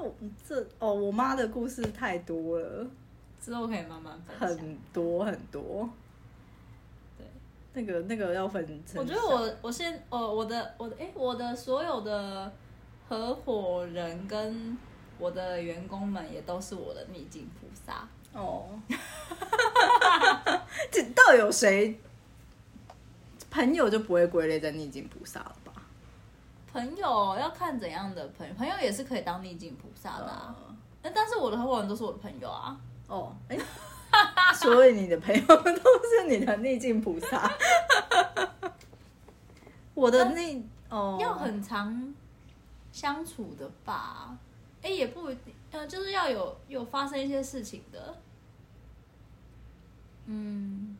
Speaker 2: 我这哦，我妈的故事太多了，
Speaker 1: 之后可以慢慢分享。
Speaker 2: 很多很多。
Speaker 1: 对，
Speaker 2: 那个那个要分成。
Speaker 1: 我觉得我我现我我的我的哎、我的所有的合伙人跟我的员工们也都是我的逆境菩萨。
Speaker 2: 哦，这到底有谁朋友就不会归类在逆境菩萨了吧？
Speaker 1: 朋友要看怎样的朋友，朋友也是可以当逆境菩萨的、啊。
Speaker 2: 呃
Speaker 1: 那、但是我的合伙人都是我的朋友啊，
Speaker 2: 哦，哎、所以你的朋友都是你的逆境菩 萨。我的逆哦，
Speaker 1: 要很常相处的吧？哎、也不一定，呃，就是要有有发生一些事情的。嗯，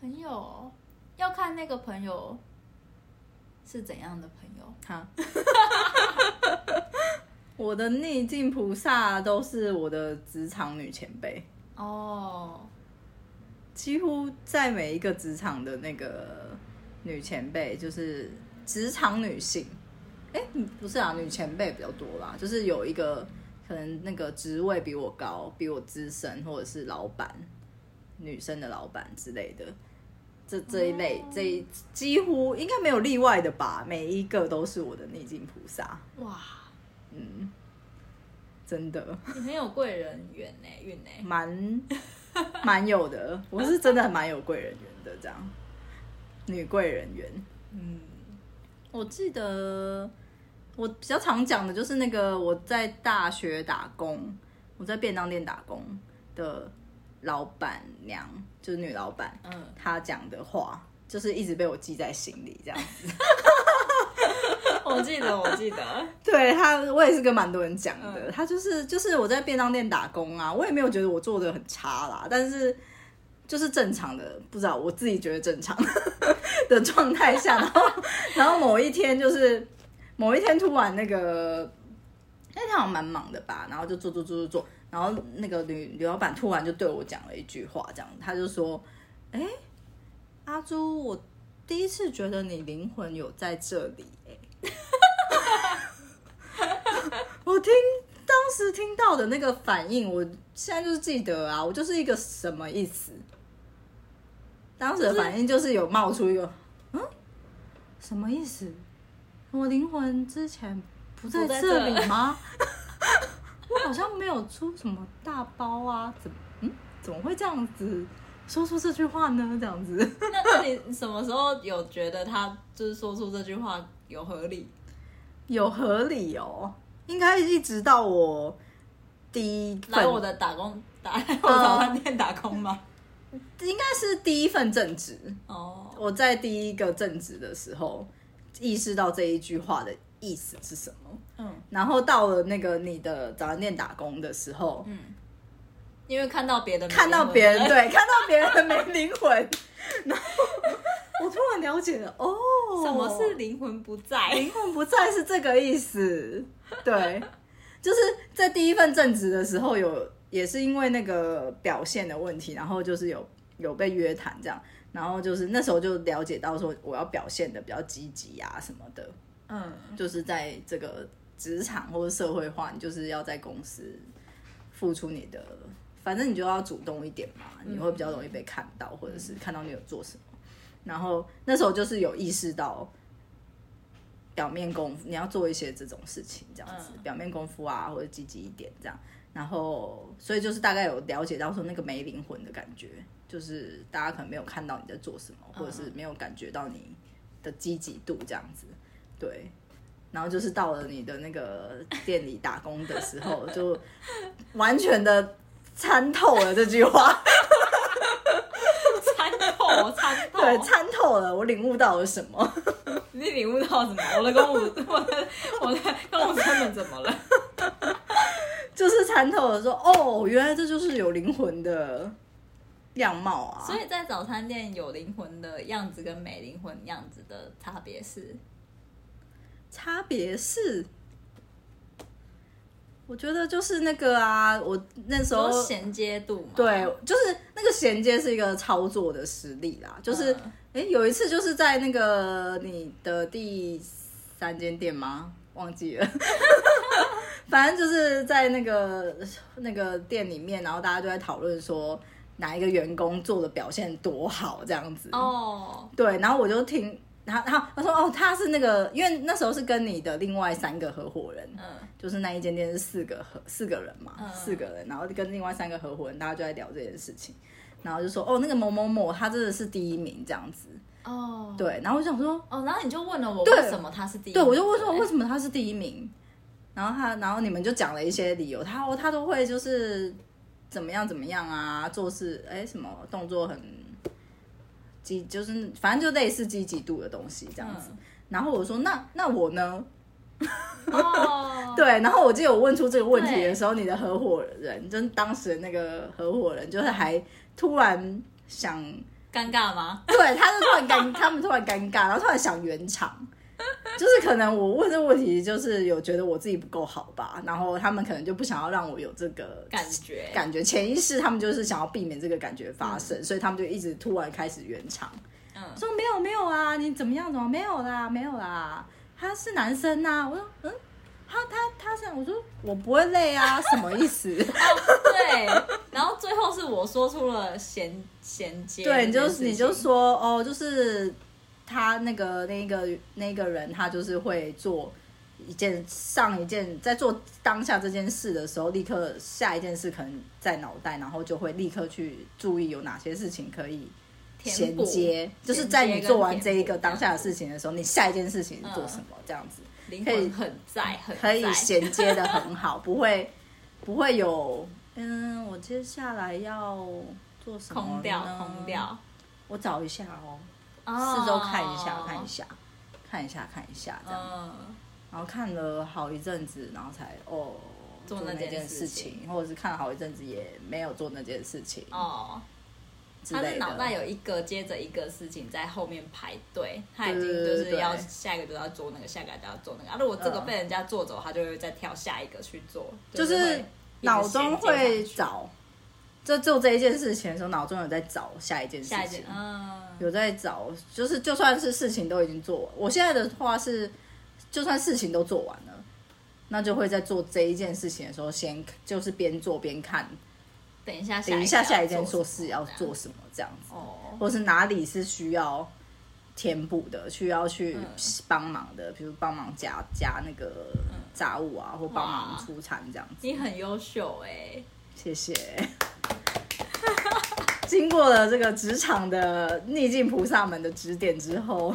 Speaker 1: 朋友要看那个朋友是怎样的朋友。
Speaker 2: 哈， 我的逆境菩萨都是我的职场女前辈，
Speaker 1: 哦，
Speaker 2: 几乎在每一个职场的那个女前辈，就是职场女性。哎、不是啊，女前辈比较多啦，就是有一个可能那个职位比我高、比我资深，或者是老板，女生的老板之类的。这这一类，这一几乎应该没有例外的吧？每一个都是我的逆境菩萨。
Speaker 1: 哇，
Speaker 2: 嗯，真的
Speaker 1: 你很有贵人缘呢、运呢、
Speaker 2: 蛮 蛮有的，我是真的蛮有贵人缘的，这样女贵人缘。
Speaker 1: 嗯，
Speaker 2: 我记得我比较常讲的就是那个我在大学打工，我在便当店打工的老板娘，就是女老板，
Speaker 3: 嗯，
Speaker 2: 她讲的话，就是一直被我记在心里这样。
Speaker 3: 我记得，我记得，
Speaker 2: 对他，我也是跟蛮多人讲的。他就是就是我在便当店打工啊，我也没有觉得我做的很差啦，但是就是正常的，不知道我自己觉得正常 的状态下，然后然后某一天就是某一天突然那个，因为他好像蛮忙的吧，然后就做做做做做，然后那个女女老板突然就对我讲了一句话，这样他就说：“哎、阿朱，我第一次觉得你灵魂有在这里、欸。”我听当时听到的那个反应，我现在就是记得啊，我就是一个什么意思？当时的反应就是有冒出一个，嗯，什么意思？我灵魂之前不在
Speaker 3: 不在
Speaker 2: 这
Speaker 3: 这
Speaker 2: 里吗？ 我好像没有出什么大包啊，怎么嗯怎么会这样子说出这句话呢？这样子。
Speaker 1: 那那你什么时候有觉得他就是说出这句话有合理？
Speaker 2: 有合理哦，应该一直到我第一
Speaker 1: 来
Speaker 2: 份，
Speaker 1: 我的打工打来我早餐店打工吗？
Speaker 2: 应该是第一份正职。
Speaker 1: 哦，
Speaker 2: 我在第一个正职的时候，意识到这一句话的意思是什么。
Speaker 1: 嗯
Speaker 2: 然后到了那个你的早餐店打工的时候，
Speaker 1: 嗯，因为看到别嗯的没
Speaker 2: 看到
Speaker 1: 灵魂
Speaker 2: 别人
Speaker 1: 了
Speaker 2: 对，看到别人没灵魂， 然后我突然了解了，哦，
Speaker 1: 什么是灵魂不在？
Speaker 2: 灵魂不在是这个意思，对，就是在第一份正职的时候有，也是因为那个表现的问题，然后就是有有被约谈这样，然后就是那时候就了解到说我要表现的比较积极啊什么的，
Speaker 3: 嗯，
Speaker 2: 就是在这个职场或者社会化，你就是要在公司付出你的，反正你就要主动一点嘛，你会比较容易被看到，或者是看到你有做什么。然后那时候就是有意识到表面功夫，你要做一些这种事情，这样子、表面功夫啊，或者积极一点这样。然后，所以就是大概有了解到说那个没灵魂的感觉，就是大家可能没有看到你在做什么，或者是没有感觉到你的积极度这样子。对，然后就是到了你的那个店里打工的时候，就完全的参透了这句 话，
Speaker 1: 参透，参透。
Speaker 2: 对，参透了，我领悟到了什么？
Speaker 1: 你领悟到什么？我的公务，我的我的公务生们怎么了？
Speaker 2: 就是参透了说，哦，原来这就是有灵魂的样貌啊。
Speaker 1: 所以在早餐店有灵魂的样子跟没灵魂样子的差别是，
Speaker 2: 差别是，我觉得就是那个啊，我那时候
Speaker 1: 说衔接度嘛。
Speaker 2: 对，就是那个衔接是一个操作的实力啦，就是
Speaker 1: 嗯
Speaker 2: 诶，有一次就是在那个你的第三间店吗？忘记了， 反正就是在那个那个店里面，然后大家就在讨论说哪一个员工做的表现多好这样子。
Speaker 1: 哦，
Speaker 2: 对，然后我就听他他他说哦，他是那个，因为那时候是跟你的另外三个合伙人，
Speaker 1: 嗯
Speaker 2: 就是那一间店是四个合四个人嘛，
Speaker 1: 嗯
Speaker 2: 四个人，然后跟另外三个合伙人，大家就在聊这件事情，然后就说哦，那个某某某他真的是第一名这样子，
Speaker 1: 哦，
Speaker 2: 对，然后我想说，
Speaker 1: 哦，然后你就问了我
Speaker 2: 对
Speaker 1: 为什么他是第一名，
Speaker 2: 对我就问说
Speaker 1: 对
Speaker 2: 为什么他是第一名，然后他然后你们就讲了一些理由，他哦他都会就是怎么样怎么样啊，做事哎什么动作很积，就是反正就类似积极度的东西
Speaker 1: 嗯
Speaker 2: 这样子，然后我说那那我呢？
Speaker 1: 哦，
Speaker 2: 对，然后我记得我问出这个问题的时候，你的合伙人，就是当时那个合伙人，就是还突然想，
Speaker 1: 尴尬吗？
Speaker 2: 对，他就突然尴，他们突然尴尬，然后突然想圆场，就是可能我问这个问题，就是有觉得我自己不够好吧，然后他们可能就不想要让我有这个
Speaker 1: 感觉，
Speaker 2: 感觉，潜意识他们就是想要避免这个感觉发生，所以他们就一直突然开始圆场，
Speaker 1: 嗯
Speaker 2: 说没有没有啊，你怎么样怎么没有啦没有啦，他是男生呐、我说嗯，他他他是，我说我不会累啊，什么意 思？
Speaker 1: 哦对，然后最后是我说出了衔衔接这件
Speaker 2: 对，
Speaker 1: 事情，
Speaker 2: 你就是你就说哦，就是他那个那个那个人，他就是会做一件上一件，在做当下这件事的时候，立刻下一件事可能在脑袋，然后就会立刻去注意有哪些事情可以。衔
Speaker 1: 填补
Speaker 2: 接，就是
Speaker 1: 衔
Speaker 2: 在
Speaker 1: 接
Speaker 2: 你
Speaker 1: 跟
Speaker 2: 做完
Speaker 1: 填
Speaker 2: 这一
Speaker 1: 补
Speaker 2: 个
Speaker 1: 这
Speaker 2: 当
Speaker 1: 样
Speaker 2: 下的
Speaker 1: 子
Speaker 2: 事情的时候，你下一件事情是做什么
Speaker 1: 嗯
Speaker 2: 这样子，
Speaker 1: 灵
Speaker 2: 可以
Speaker 1: 魂很在，很
Speaker 2: 可以
Speaker 1: 在
Speaker 2: 衔接的很好，不会不会有嗯，我接下来要做什么呢
Speaker 1: 空掉空掉，
Speaker 2: 我找一下哦，
Speaker 1: 哦
Speaker 2: 四周看一下，看一，下，看一下，看一下，这样。
Speaker 1: 嗯，
Speaker 2: 然后看了好一阵子，然后才哦
Speaker 1: 做
Speaker 2: 那
Speaker 1: 那件
Speaker 2: 件
Speaker 1: 事
Speaker 2: 情，
Speaker 1: 情
Speaker 2: 或者是看了好一阵子也没有做那件事情
Speaker 1: 哦，
Speaker 2: 之
Speaker 1: 他
Speaker 2: 类的。
Speaker 1: 是脑袋有一个接着一个事情在后面排队，他已经
Speaker 2: 对对
Speaker 1: 就
Speaker 2: 对
Speaker 1: 是
Speaker 2: 对
Speaker 1: 要下一个就要做那个，下一个就要做那个。啊，如果这个
Speaker 2: 嗯
Speaker 1: 被人家做走，他就会再跳下一个去做，
Speaker 2: 就是
Speaker 1: 会一直
Speaker 2: 脑中会
Speaker 1: 衔接
Speaker 2: 找，就做这一件事情的时候，脑中有在找下一件事
Speaker 1: 上去下一
Speaker 2: 情
Speaker 1: 件，，嗯，
Speaker 2: 有在找，就是就算是事情都已经做完，我现在的话是，就算事情都做完了，那就会在做这一件事情的时候，先就是边做边看，
Speaker 1: 等一下，
Speaker 2: 等一下下一件做
Speaker 1: 做
Speaker 2: 事要做什么这样子，
Speaker 1: 哦，
Speaker 2: 或是哪里是需要填补的，需要去
Speaker 1: 嗯
Speaker 2: 帮忙的，比如帮忙加加那个杂物啊，或帮忙
Speaker 1: 哇
Speaker 2: 出餐这样子。
Speaker 1: 你很优秀哎，
Speaker 2: 谢谢。 经过了这个职场的逆境菩萨们的指点之后，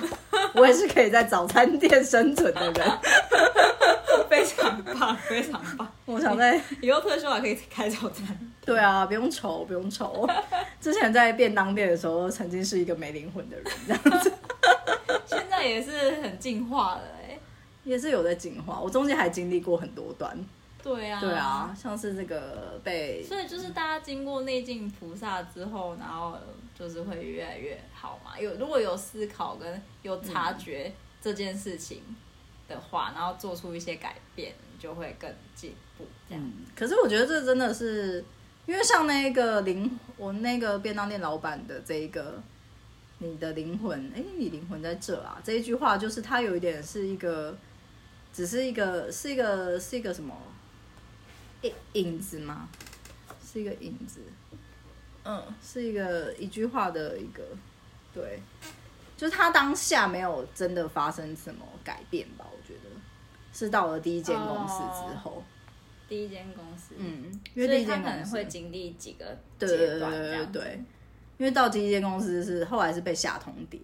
Speaker 2: 我也是可以在早餐店生存的人。
Speaker 1: 非 常棒，非常棒。
Speaker 2: 我想在
Speaker 1: 以后退休还可以开早餐，
Speaker 2: 对啊，不用愁，不用愁。之前在便当店的时候，曾经是一个没灵魂的人，这样
Speaker 1: 现在也是很进化了哎。
Speaker 2: 也是有在进化。我中间还经历过很多段，
Speaker 1: 对啊，
Speaker 2: 对啊，，像是这个被
Speaker 1: 所以就是大家经过内镜菩萨之后，然后就是会越来越好嘛。有如果有思考跟有察
Speaker 2: 嗯
Speaker 1: 觉这件事情的话，然后做出一些改变，就会更进步。这样，
Speaker 2: 嗯，可是我觉得这真的是，因为像那个灵，我那个便当店老板的这一个，你的灵魂，哎，你灵魂在这啊，这一句话就是他有一点是一个，只是一个是一个是一个什么，影影子吗？是一个影子，嗯，是一个一句话的一个，对，就是他当下没有真的发生什么改变吧，我觉得是到了第一间公司之后。
Speaker 1: 第一间公司，
Speaker 2: 嗯，因为
Speaker 1: 所
Speaker 2: 第
Speaker 1: 以
Speaker 2: 一
Speaker 1: 他
Speaker 2: 间
Speaker 1: 可
Speaker 2: 公
Speaker 1: 能
Speaker 2: 司
Speaker 1: 会经历几个
Speaker 2: 对对
Speaker 1: 阶
Speaker 2: 对
Speaker 1: 段，
Speaker 2: 对
Speaker 1: 这样
Speaker 2: 对对，因为到第一间公司是后来是被下通牒，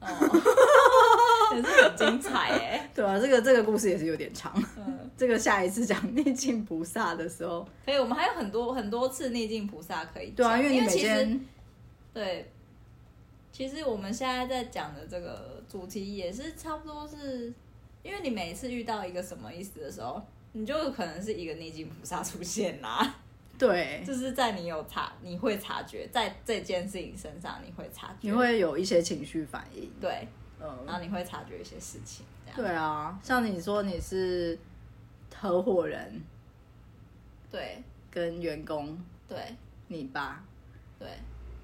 Speaker 1: 也哦是很精彩哎。
Speaker 2: 对啊，这个这个故事也是有点长，
Speaker 1: 嗯，
Speaker 2: 这个下一次讲逆境菩萨的时候，
Speaker 1: 所以我们还有很多很多次逆境菩萨可以
Speaker 2: 对啊，
Speaker 1: 讲
Speaker 2: 因为你每
Speaker 1: 其实
Speaker 2: 间
Speaker 1: 对，其实我们现在在讲的这个主题也是差不多是，因为你每次遇到一个什么意思的时候，你就可能是一个逆境菩萨出现啦，
Speaker 2: 对
Speaker 1: 就是在你有察，你会察觉，在这件事情身上你会察觉，
Speaker 2: 你会有一些情绪反应，
Speaker 1: 对，然
Speaker 2: 嗯，
Speaker 1: 后你会察觉一些事情，这样
Speaker 2: 对啊，像你说你是合伙人
Speaker 1: 对
Speaker 2: 跟员工，
Speaker 1: 对
Speaker 2: 你爸，
Speaker 1: 对，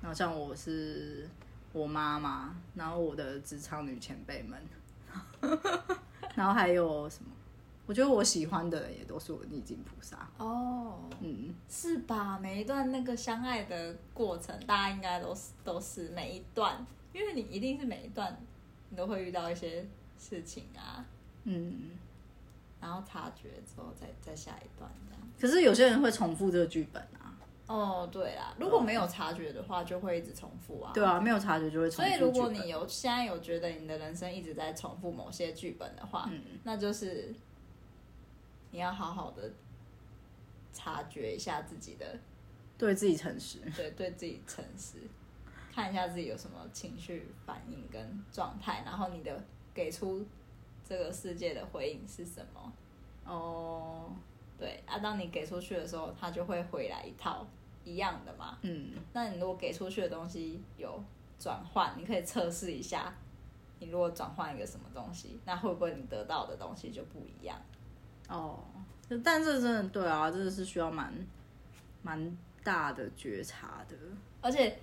Speaker 2: 然后像我是我妈妈，然后我的职场女前辈们，然后还有什么？我觉得我喜欢的人也都是我逆境菩萨。
Speaker 1: 哦，
Speaker 2: 嗯，
Speaker 1: 是吧？每一段那个相爱的过程，大家应该都是都是每一段，因为你一定是每一段你都会遇到一些事情啊，
Speaker 2: 嗯，
Speaker 1: 然后察觉之后再再下一段这样。
Speaker 2: 可是有些人会重复这个剧本啊，
Speaker 1: 哦，对啦，如果没有察觉的话，就会一直重复啊。
Speaker 2: 对。啊，没有察觉就会重
Speaker 1: 所
Speaker 2: 复
Speaker 1: 以，
Speaker 2: 剧本。
Speaker 1: 如果你有现在有觉得你的人生一直在重复某些剧本的话，
Speaker 2: 嗯
Speaker 1: 那就是你要好好的察觉一下自己的
Speaker 2: 对自己诚实，
Speaker 1: 对，对自己诚实，看一下自己有什么情绪反应跟状态，然后你的给出这个世界的回应是什么？
Speaker 2: 哦，
Speaker 1: 对啊，当你给出去的时候，它就会回来一套一样的嘛。
Speaker 2: 嗯，
Speaker 1: 那你如果给出去的东西有转换，你可以测试一下，你如果转换一个什么东西，那会不会你得到的东西就不一样？
Speaker 2: 哦，但这真的对啊，真的是需要蛮蛮大的觉察的。
Speaker 1: 而且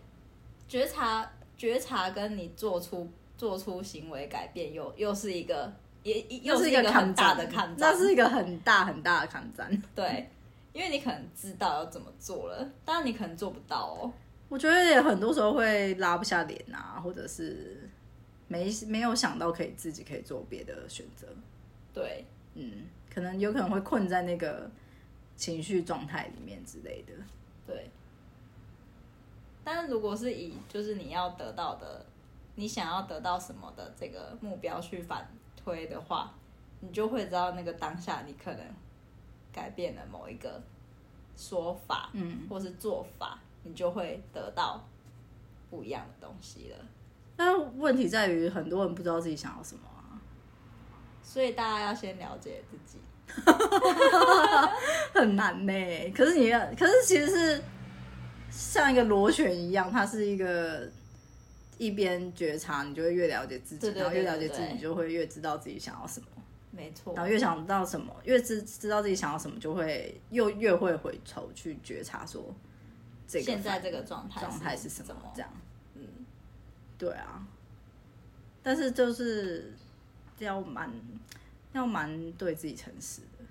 Speaker 1: 觉察、觉察跟你做出做出行为改变又，又是一个也也又
Speaker 2: 那
Speaker 1: 是
Speaker 2: 是
Speaker 1: 一个很
Speaker 2: 抗
Speaker 1: 大
Speaker 2: 战
Speaker 1: 的抗战，
Speaker 2: 那是一个很大很大的抗战。
Speaker 1: 对，因为你可能知道要怎么做了，但你可能做不到哦。
Speaker 2: 我觉得也很多时候会拉不下脸啊，或者是没没有想到可以自己可以做别的选择，
Speaker 1: 对，
Speaker 2: 嗯，可能有可能会困在那个情绪状态里面之类的。
Speaker 1: 对。但是如果是以就是你要得到的，你想要得到什么的这个目标去反推的话，你就会知道那个当下你可能改变了某一个说法，
Speaker 2: 嗯，
Speaker 1: 或是做法，你就会得到不一样的东西了。
Speaker 2: 那问题在于很多人不知道自己想要什么啊、
Speaker 1: 所以大家要先了解自己。
Speaker 2: 很难呢、可是你，可是其实是像一个螺旋一样，它是一个一边觉察，你就会越了解自己，
Speaker 1: 对对对
Speaker 2: 然后越了解自己，
Speaker 1: 对
Speaker 2: 你就会越知道自己想要什么，
Speaker 1: 没错
Speaker 2: 然，后越想到什么，越知知道自己想要什么，就会又越会回头去觉察说这个
Speaker 1: 现在
Speaker 2: 反
Speaker 1: 这个状态
Speaker 2: 状态是
Speaker 1: 什
Speaker 2: 什么
Speaker 1: 么？
Speaker 2: 这样。
Speaker 1: 嗯，
Speaker 2: 对啊，但是就是要蛮要蛮对自己诚实的，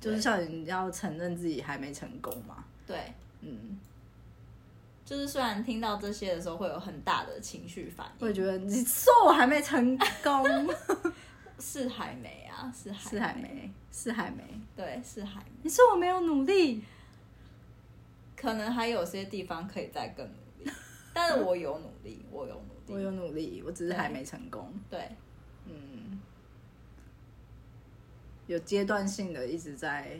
Speaker 2: 就是
Speaker 1: 对
Speaker 2: 像你要承认自己还没成功嘛，
Speaker 1: 对，
Speaker 2: 嗯，
Speaker 1: 就是虽然听到这些的时候会有很大的情绪反
Speaker 2: 我也
Speaker 1: 应，
Speaker 2: 觉得你说我还没成 功，
Speaker 1: 是还没啊，是还
Speaker 2: 是还没，是还没，
Speaker 1: 对，是还没，
Speaker 2: 你说我没有努力，
Speaker 1: 可能还有些地方可以再更努力， 但是我有努力，我有努力，
Speaker 2: 我有努力，我只是
Speaker 1: 对
Speaker 2: 还没成功，
Speaker 1: 对，
Speaker 2: 嗯，有阶段性的一直在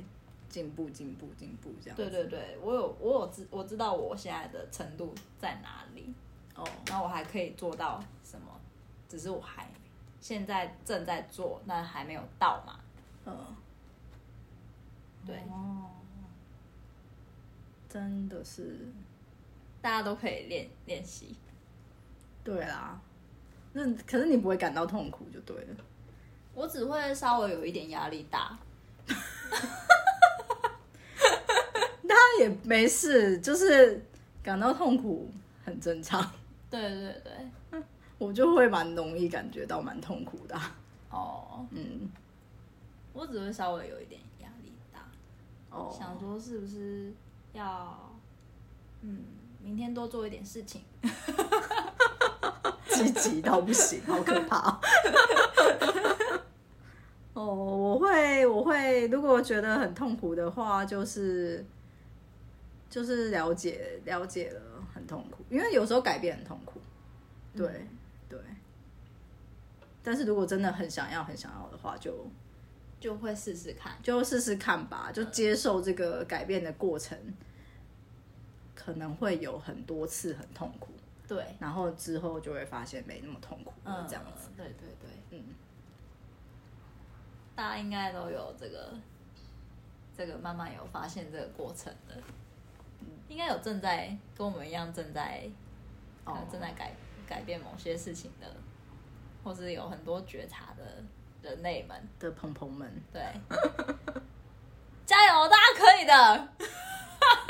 Speaker 2: 进步，进步，进步这样子，
Speaker 1: 对对对，我有我有知我知道我现在的程度在哪里，
Speaker 2: 哦，
Speaker 1: 然后我还可以做到什么，只是我还现在正在做，但还没有到嘛，
Speaker 2: 嗯。
Speaker 1: 对，
Speaker 2: 哦，真的是，
Speaker 1: 大家都可以练练习，
Speaker 2: 对啦。那可是你不会感到痛苦就对了，
Speaker 1: 我只会稍微有一点压力大，
Speaker 2: 他也没事，就是感到痛苦很正常。
Speaker 1: 对对对，
Speaker 2: 我就会蛮容易感觉到蛮痛苦的啊、
Speaker 1: 哦，
Speaker 2: 嗯，
Speaker 1: 我只会稍微有一点压力大，
Speaker 2: 哦
Speaker 1: 想说是不是要，嗯，明天多做一点事情，
Speaker 2: 积极到不行，好可怕哦。哦，我会，我会，如果觉得很痛苦的话，就是就是了解了解了，很痛苦，因为有时候改变很痛苦，对、
Speaker 1: 嗯
Speaker 2: 对。但是如果真的很想要、很想要的话，就
Speaker 1: 就会试试看，
Speaker 2: 就试试看吧，就接受这个改变的过程，可能会有很多次很痛苦，
Speaker 1: 对，
Speaker 2: 然后之后就会发现没那么痛苦了，
Speaker 1: 嗯，
Speaker 2: 这样子，，
Speaker 1: 对对对，
Speaker 2: 嗯。
Speaker 1: 大家应该都有这个，这个慢慢有发现这个过程的，
Speaker 2: 嗯
Speaker 1: 应该有正在跟我们一样正在，
Speaker 2: 哦
Speaker 1: 呃正在改改变某些事情的，或是有很多觉察的人类们。
Speaker 2: 的朋朋们，
Speaker 1: 对，加油，大家可以的。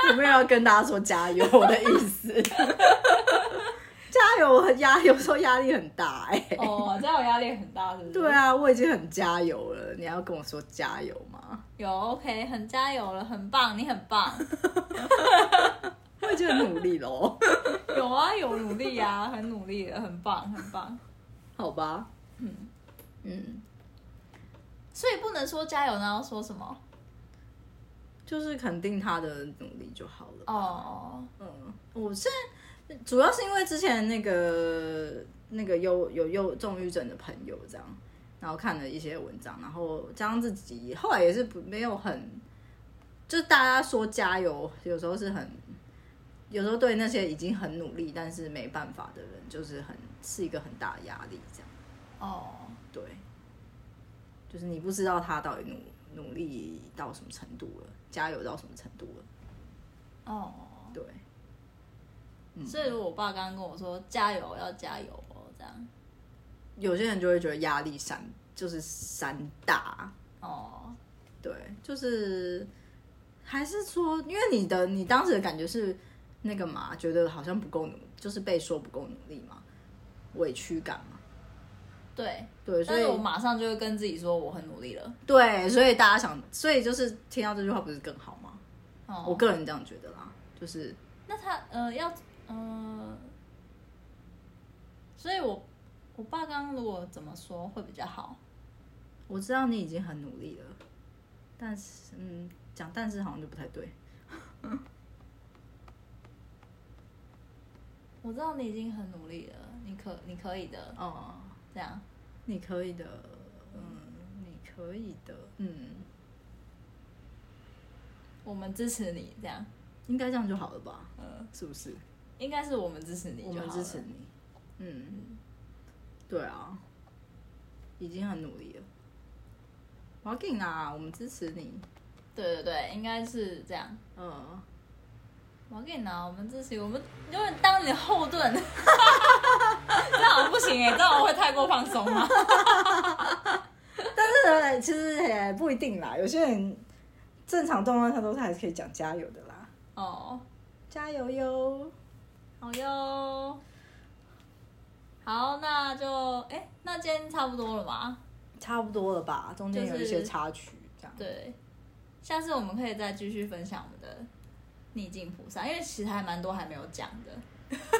Speaker 2: 我没有要跟大家说加油的意思。 加油，我压有时候压力很大哎、
Speaker 1: 哦，这样我压力很大，是不是？
Speaker 2: 对，啊，我已经很加油了，你还要跟我说加油吗？
Speaker 1: 有 OK，很加油了，很棒，你很棒。
Speaker 2: 我已经很努力哦喽，
Speaker 1: 有啊，有努力啊，很努力的，很棒，很棒。
Speaker 2: 好吧？
Speaker 1: 嗯
Speaker 2: 嗯，
Speaker 1: 所以不能说加油，然后说什么？
Speaker 2: 就是肯定他的努力就好了。
Speaker 1: 哦，
Speaker 2: 嗯，我现在主要是因为之前那个那个忧有忧重郁症的朋友这样，然后看了一些文章，然后加上自己后来也是不没有很，就是大家说加油，有时候是很，有时候对那些已经很努力但是没办法的人，就是很是一个很大的压力这样。
Speaker 1: 哦，
Speaker 2: 对，就是你不知道他到底努努力到什么程度了，加油到什么程度了，
Speaker 1: 哦。
Speaker 2: 对。嗯
Speaker 1: 所以如果我爸刚刚跟我说加油，要加油哦，这样。
Speaker 2: 有些人就会觉得压力山就是山大，
Speaker 1: 哦，
Speaker 2: 对，就是还是说，因为你的你当时的感觉是那个嘛，觉得好像不够努，就是被说不够努力嘛，委屈感嘛，
Speaker 1: 对。
Speaker 2: 对，所
Speaker 1: 但
Speaker 2: 以
Speaker 1: 是我马上就会跟自己说，我很努力了。
Speaker 2: 对，所以大家想，所以就是听到这句话不是更好吗？
Speaker 1: 哦，
Speaker 2: 我个人这样觉得啦，就是
Speaker 1: 那他呃要呃，所以我我爸刚刚如果怎么说会比较好？
Speaker 2: 我知道你已经很努力了，但是嗯，讲但是好像就不太对，
Speaker 1: 我知道你已经很努力了，你可你可以的，
Speaker 2: 哦、
Speaker 1: 这样
Speaker 2: 你可以的，嗯，你可以的，嗯。
Speaker 1: 我们支持你这样，
Speaker 2: 应该这样就好了吧？
Speaker 1: 嗯，
Speaker 2: 是不是？
Speaker 1: 应该是我们支持你，
Speaker 2: 我们支持，你。嗯，对啊，已经很努力了。我要给你啊，我们支持你。
Speaker 1: 对对对，应该是这样。
Speaker 2: 嗯，
Speaker 1: 我给你拿，我们支持你，我们永远当你的后盾。这样我不行哎、欸，这样我会太过放松吗？
Speaker 2: 但是其实也不一定啦，有些人正常状况下都是还是可以讲加油的啦，
Speaker 1: 哦，
Speaker 2: 加油哟！
Speaker 1: 好哟。好，那就哎、那今天差不多了吧？
Speaker 2: 差不多了吧？中间有一
Speaker 1: 就
Speaker 2: 些
Speaker 1: 是
Speaker 2: 插曲，这样。
Speaker 1: 对，下次我们可以再继续分享我们的逆境菩萨，因为其实还蛮多还没有讲的。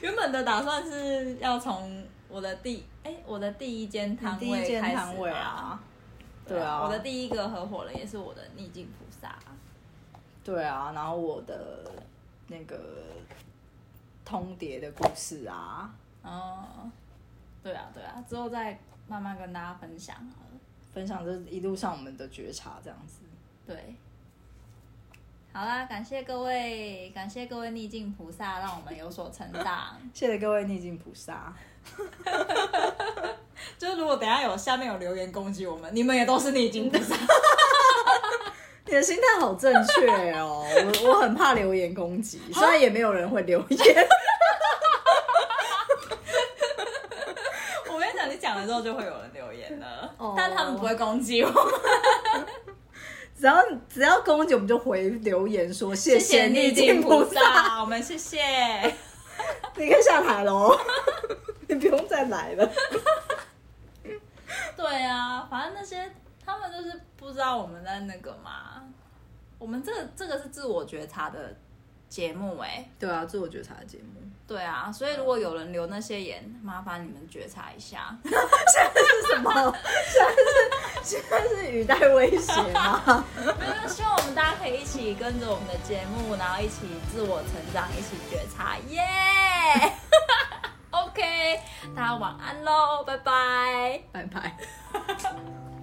Speaker 1: 原本的打算是要从我的第哎、我的第一间摊
Speaker 2: 你第一
Speaker 1: 位
Speaker 2: 间
Speaker 1: 开始
Speaker 2: 摊位
Speaker 1: 嘛
Speaker 2: 啊，对啊，
Speaker 1: 我的第一个合伙人也是我的逆境菩萨。
Speaker 2: 对啊，然后我的那个通牒的故事啊，
Speaker 1: 哦，对啊，对啊，之后再慢慢跟大家分享啊好了。
Speaker 2: 分享这一路上我们的觉察，这样子。
Speaker 1: 对，好啦，感谢各位，感谢各位逆境菩萨，让我们有所成长。
Speaker 2: 谢谢各位逆境菩萨，
Speaker 1: 就是如果等一下有下面有留言攻击我们，你们也都是逆境菩萨。
Speaker 2: 你的心态好正确哦，我我很怕留言攻击，虽然也没有人会留言，
Speaker 1: 我跟你讲，你讲了之后就会有人留言了，
Speaker 2: 哦
Speaker 1: 但他们不会攻击我。
Speaker 2: 只要只要攻击我们就回留言说谢
Speaker 1: 谢
Speaker 2: 逆
Speaker 1: 逆
Speaker 2: 境
Speaker 1: 境
Speaker 2: 菩
Speaker 1: 菩
Speaker 2: 萨，
Speaker 1: 萨，我们谢 谢。
Speaker 2: 你可以下台喽， 你不用再来了。
Speaker 1: 对啊，反正那些他们就是不知道我们在那个嘛。我们这个这个是自我觉察的节目哎、
Speaker 2: 对啊，自我觉察的节目
Speaker 1: 对啊，所以如果有人留那些言，麻烦你们觉察一下。
Speaker 2: 是什么？现在是现在是语带威胁吗？
Speaker 1: 没有，希望我们大家可以一起跟着我们的节目，然后一起自我成长，一起觉察，耶、OK，大家晚安喽，拜拜。
Speaker 2: 拜拜。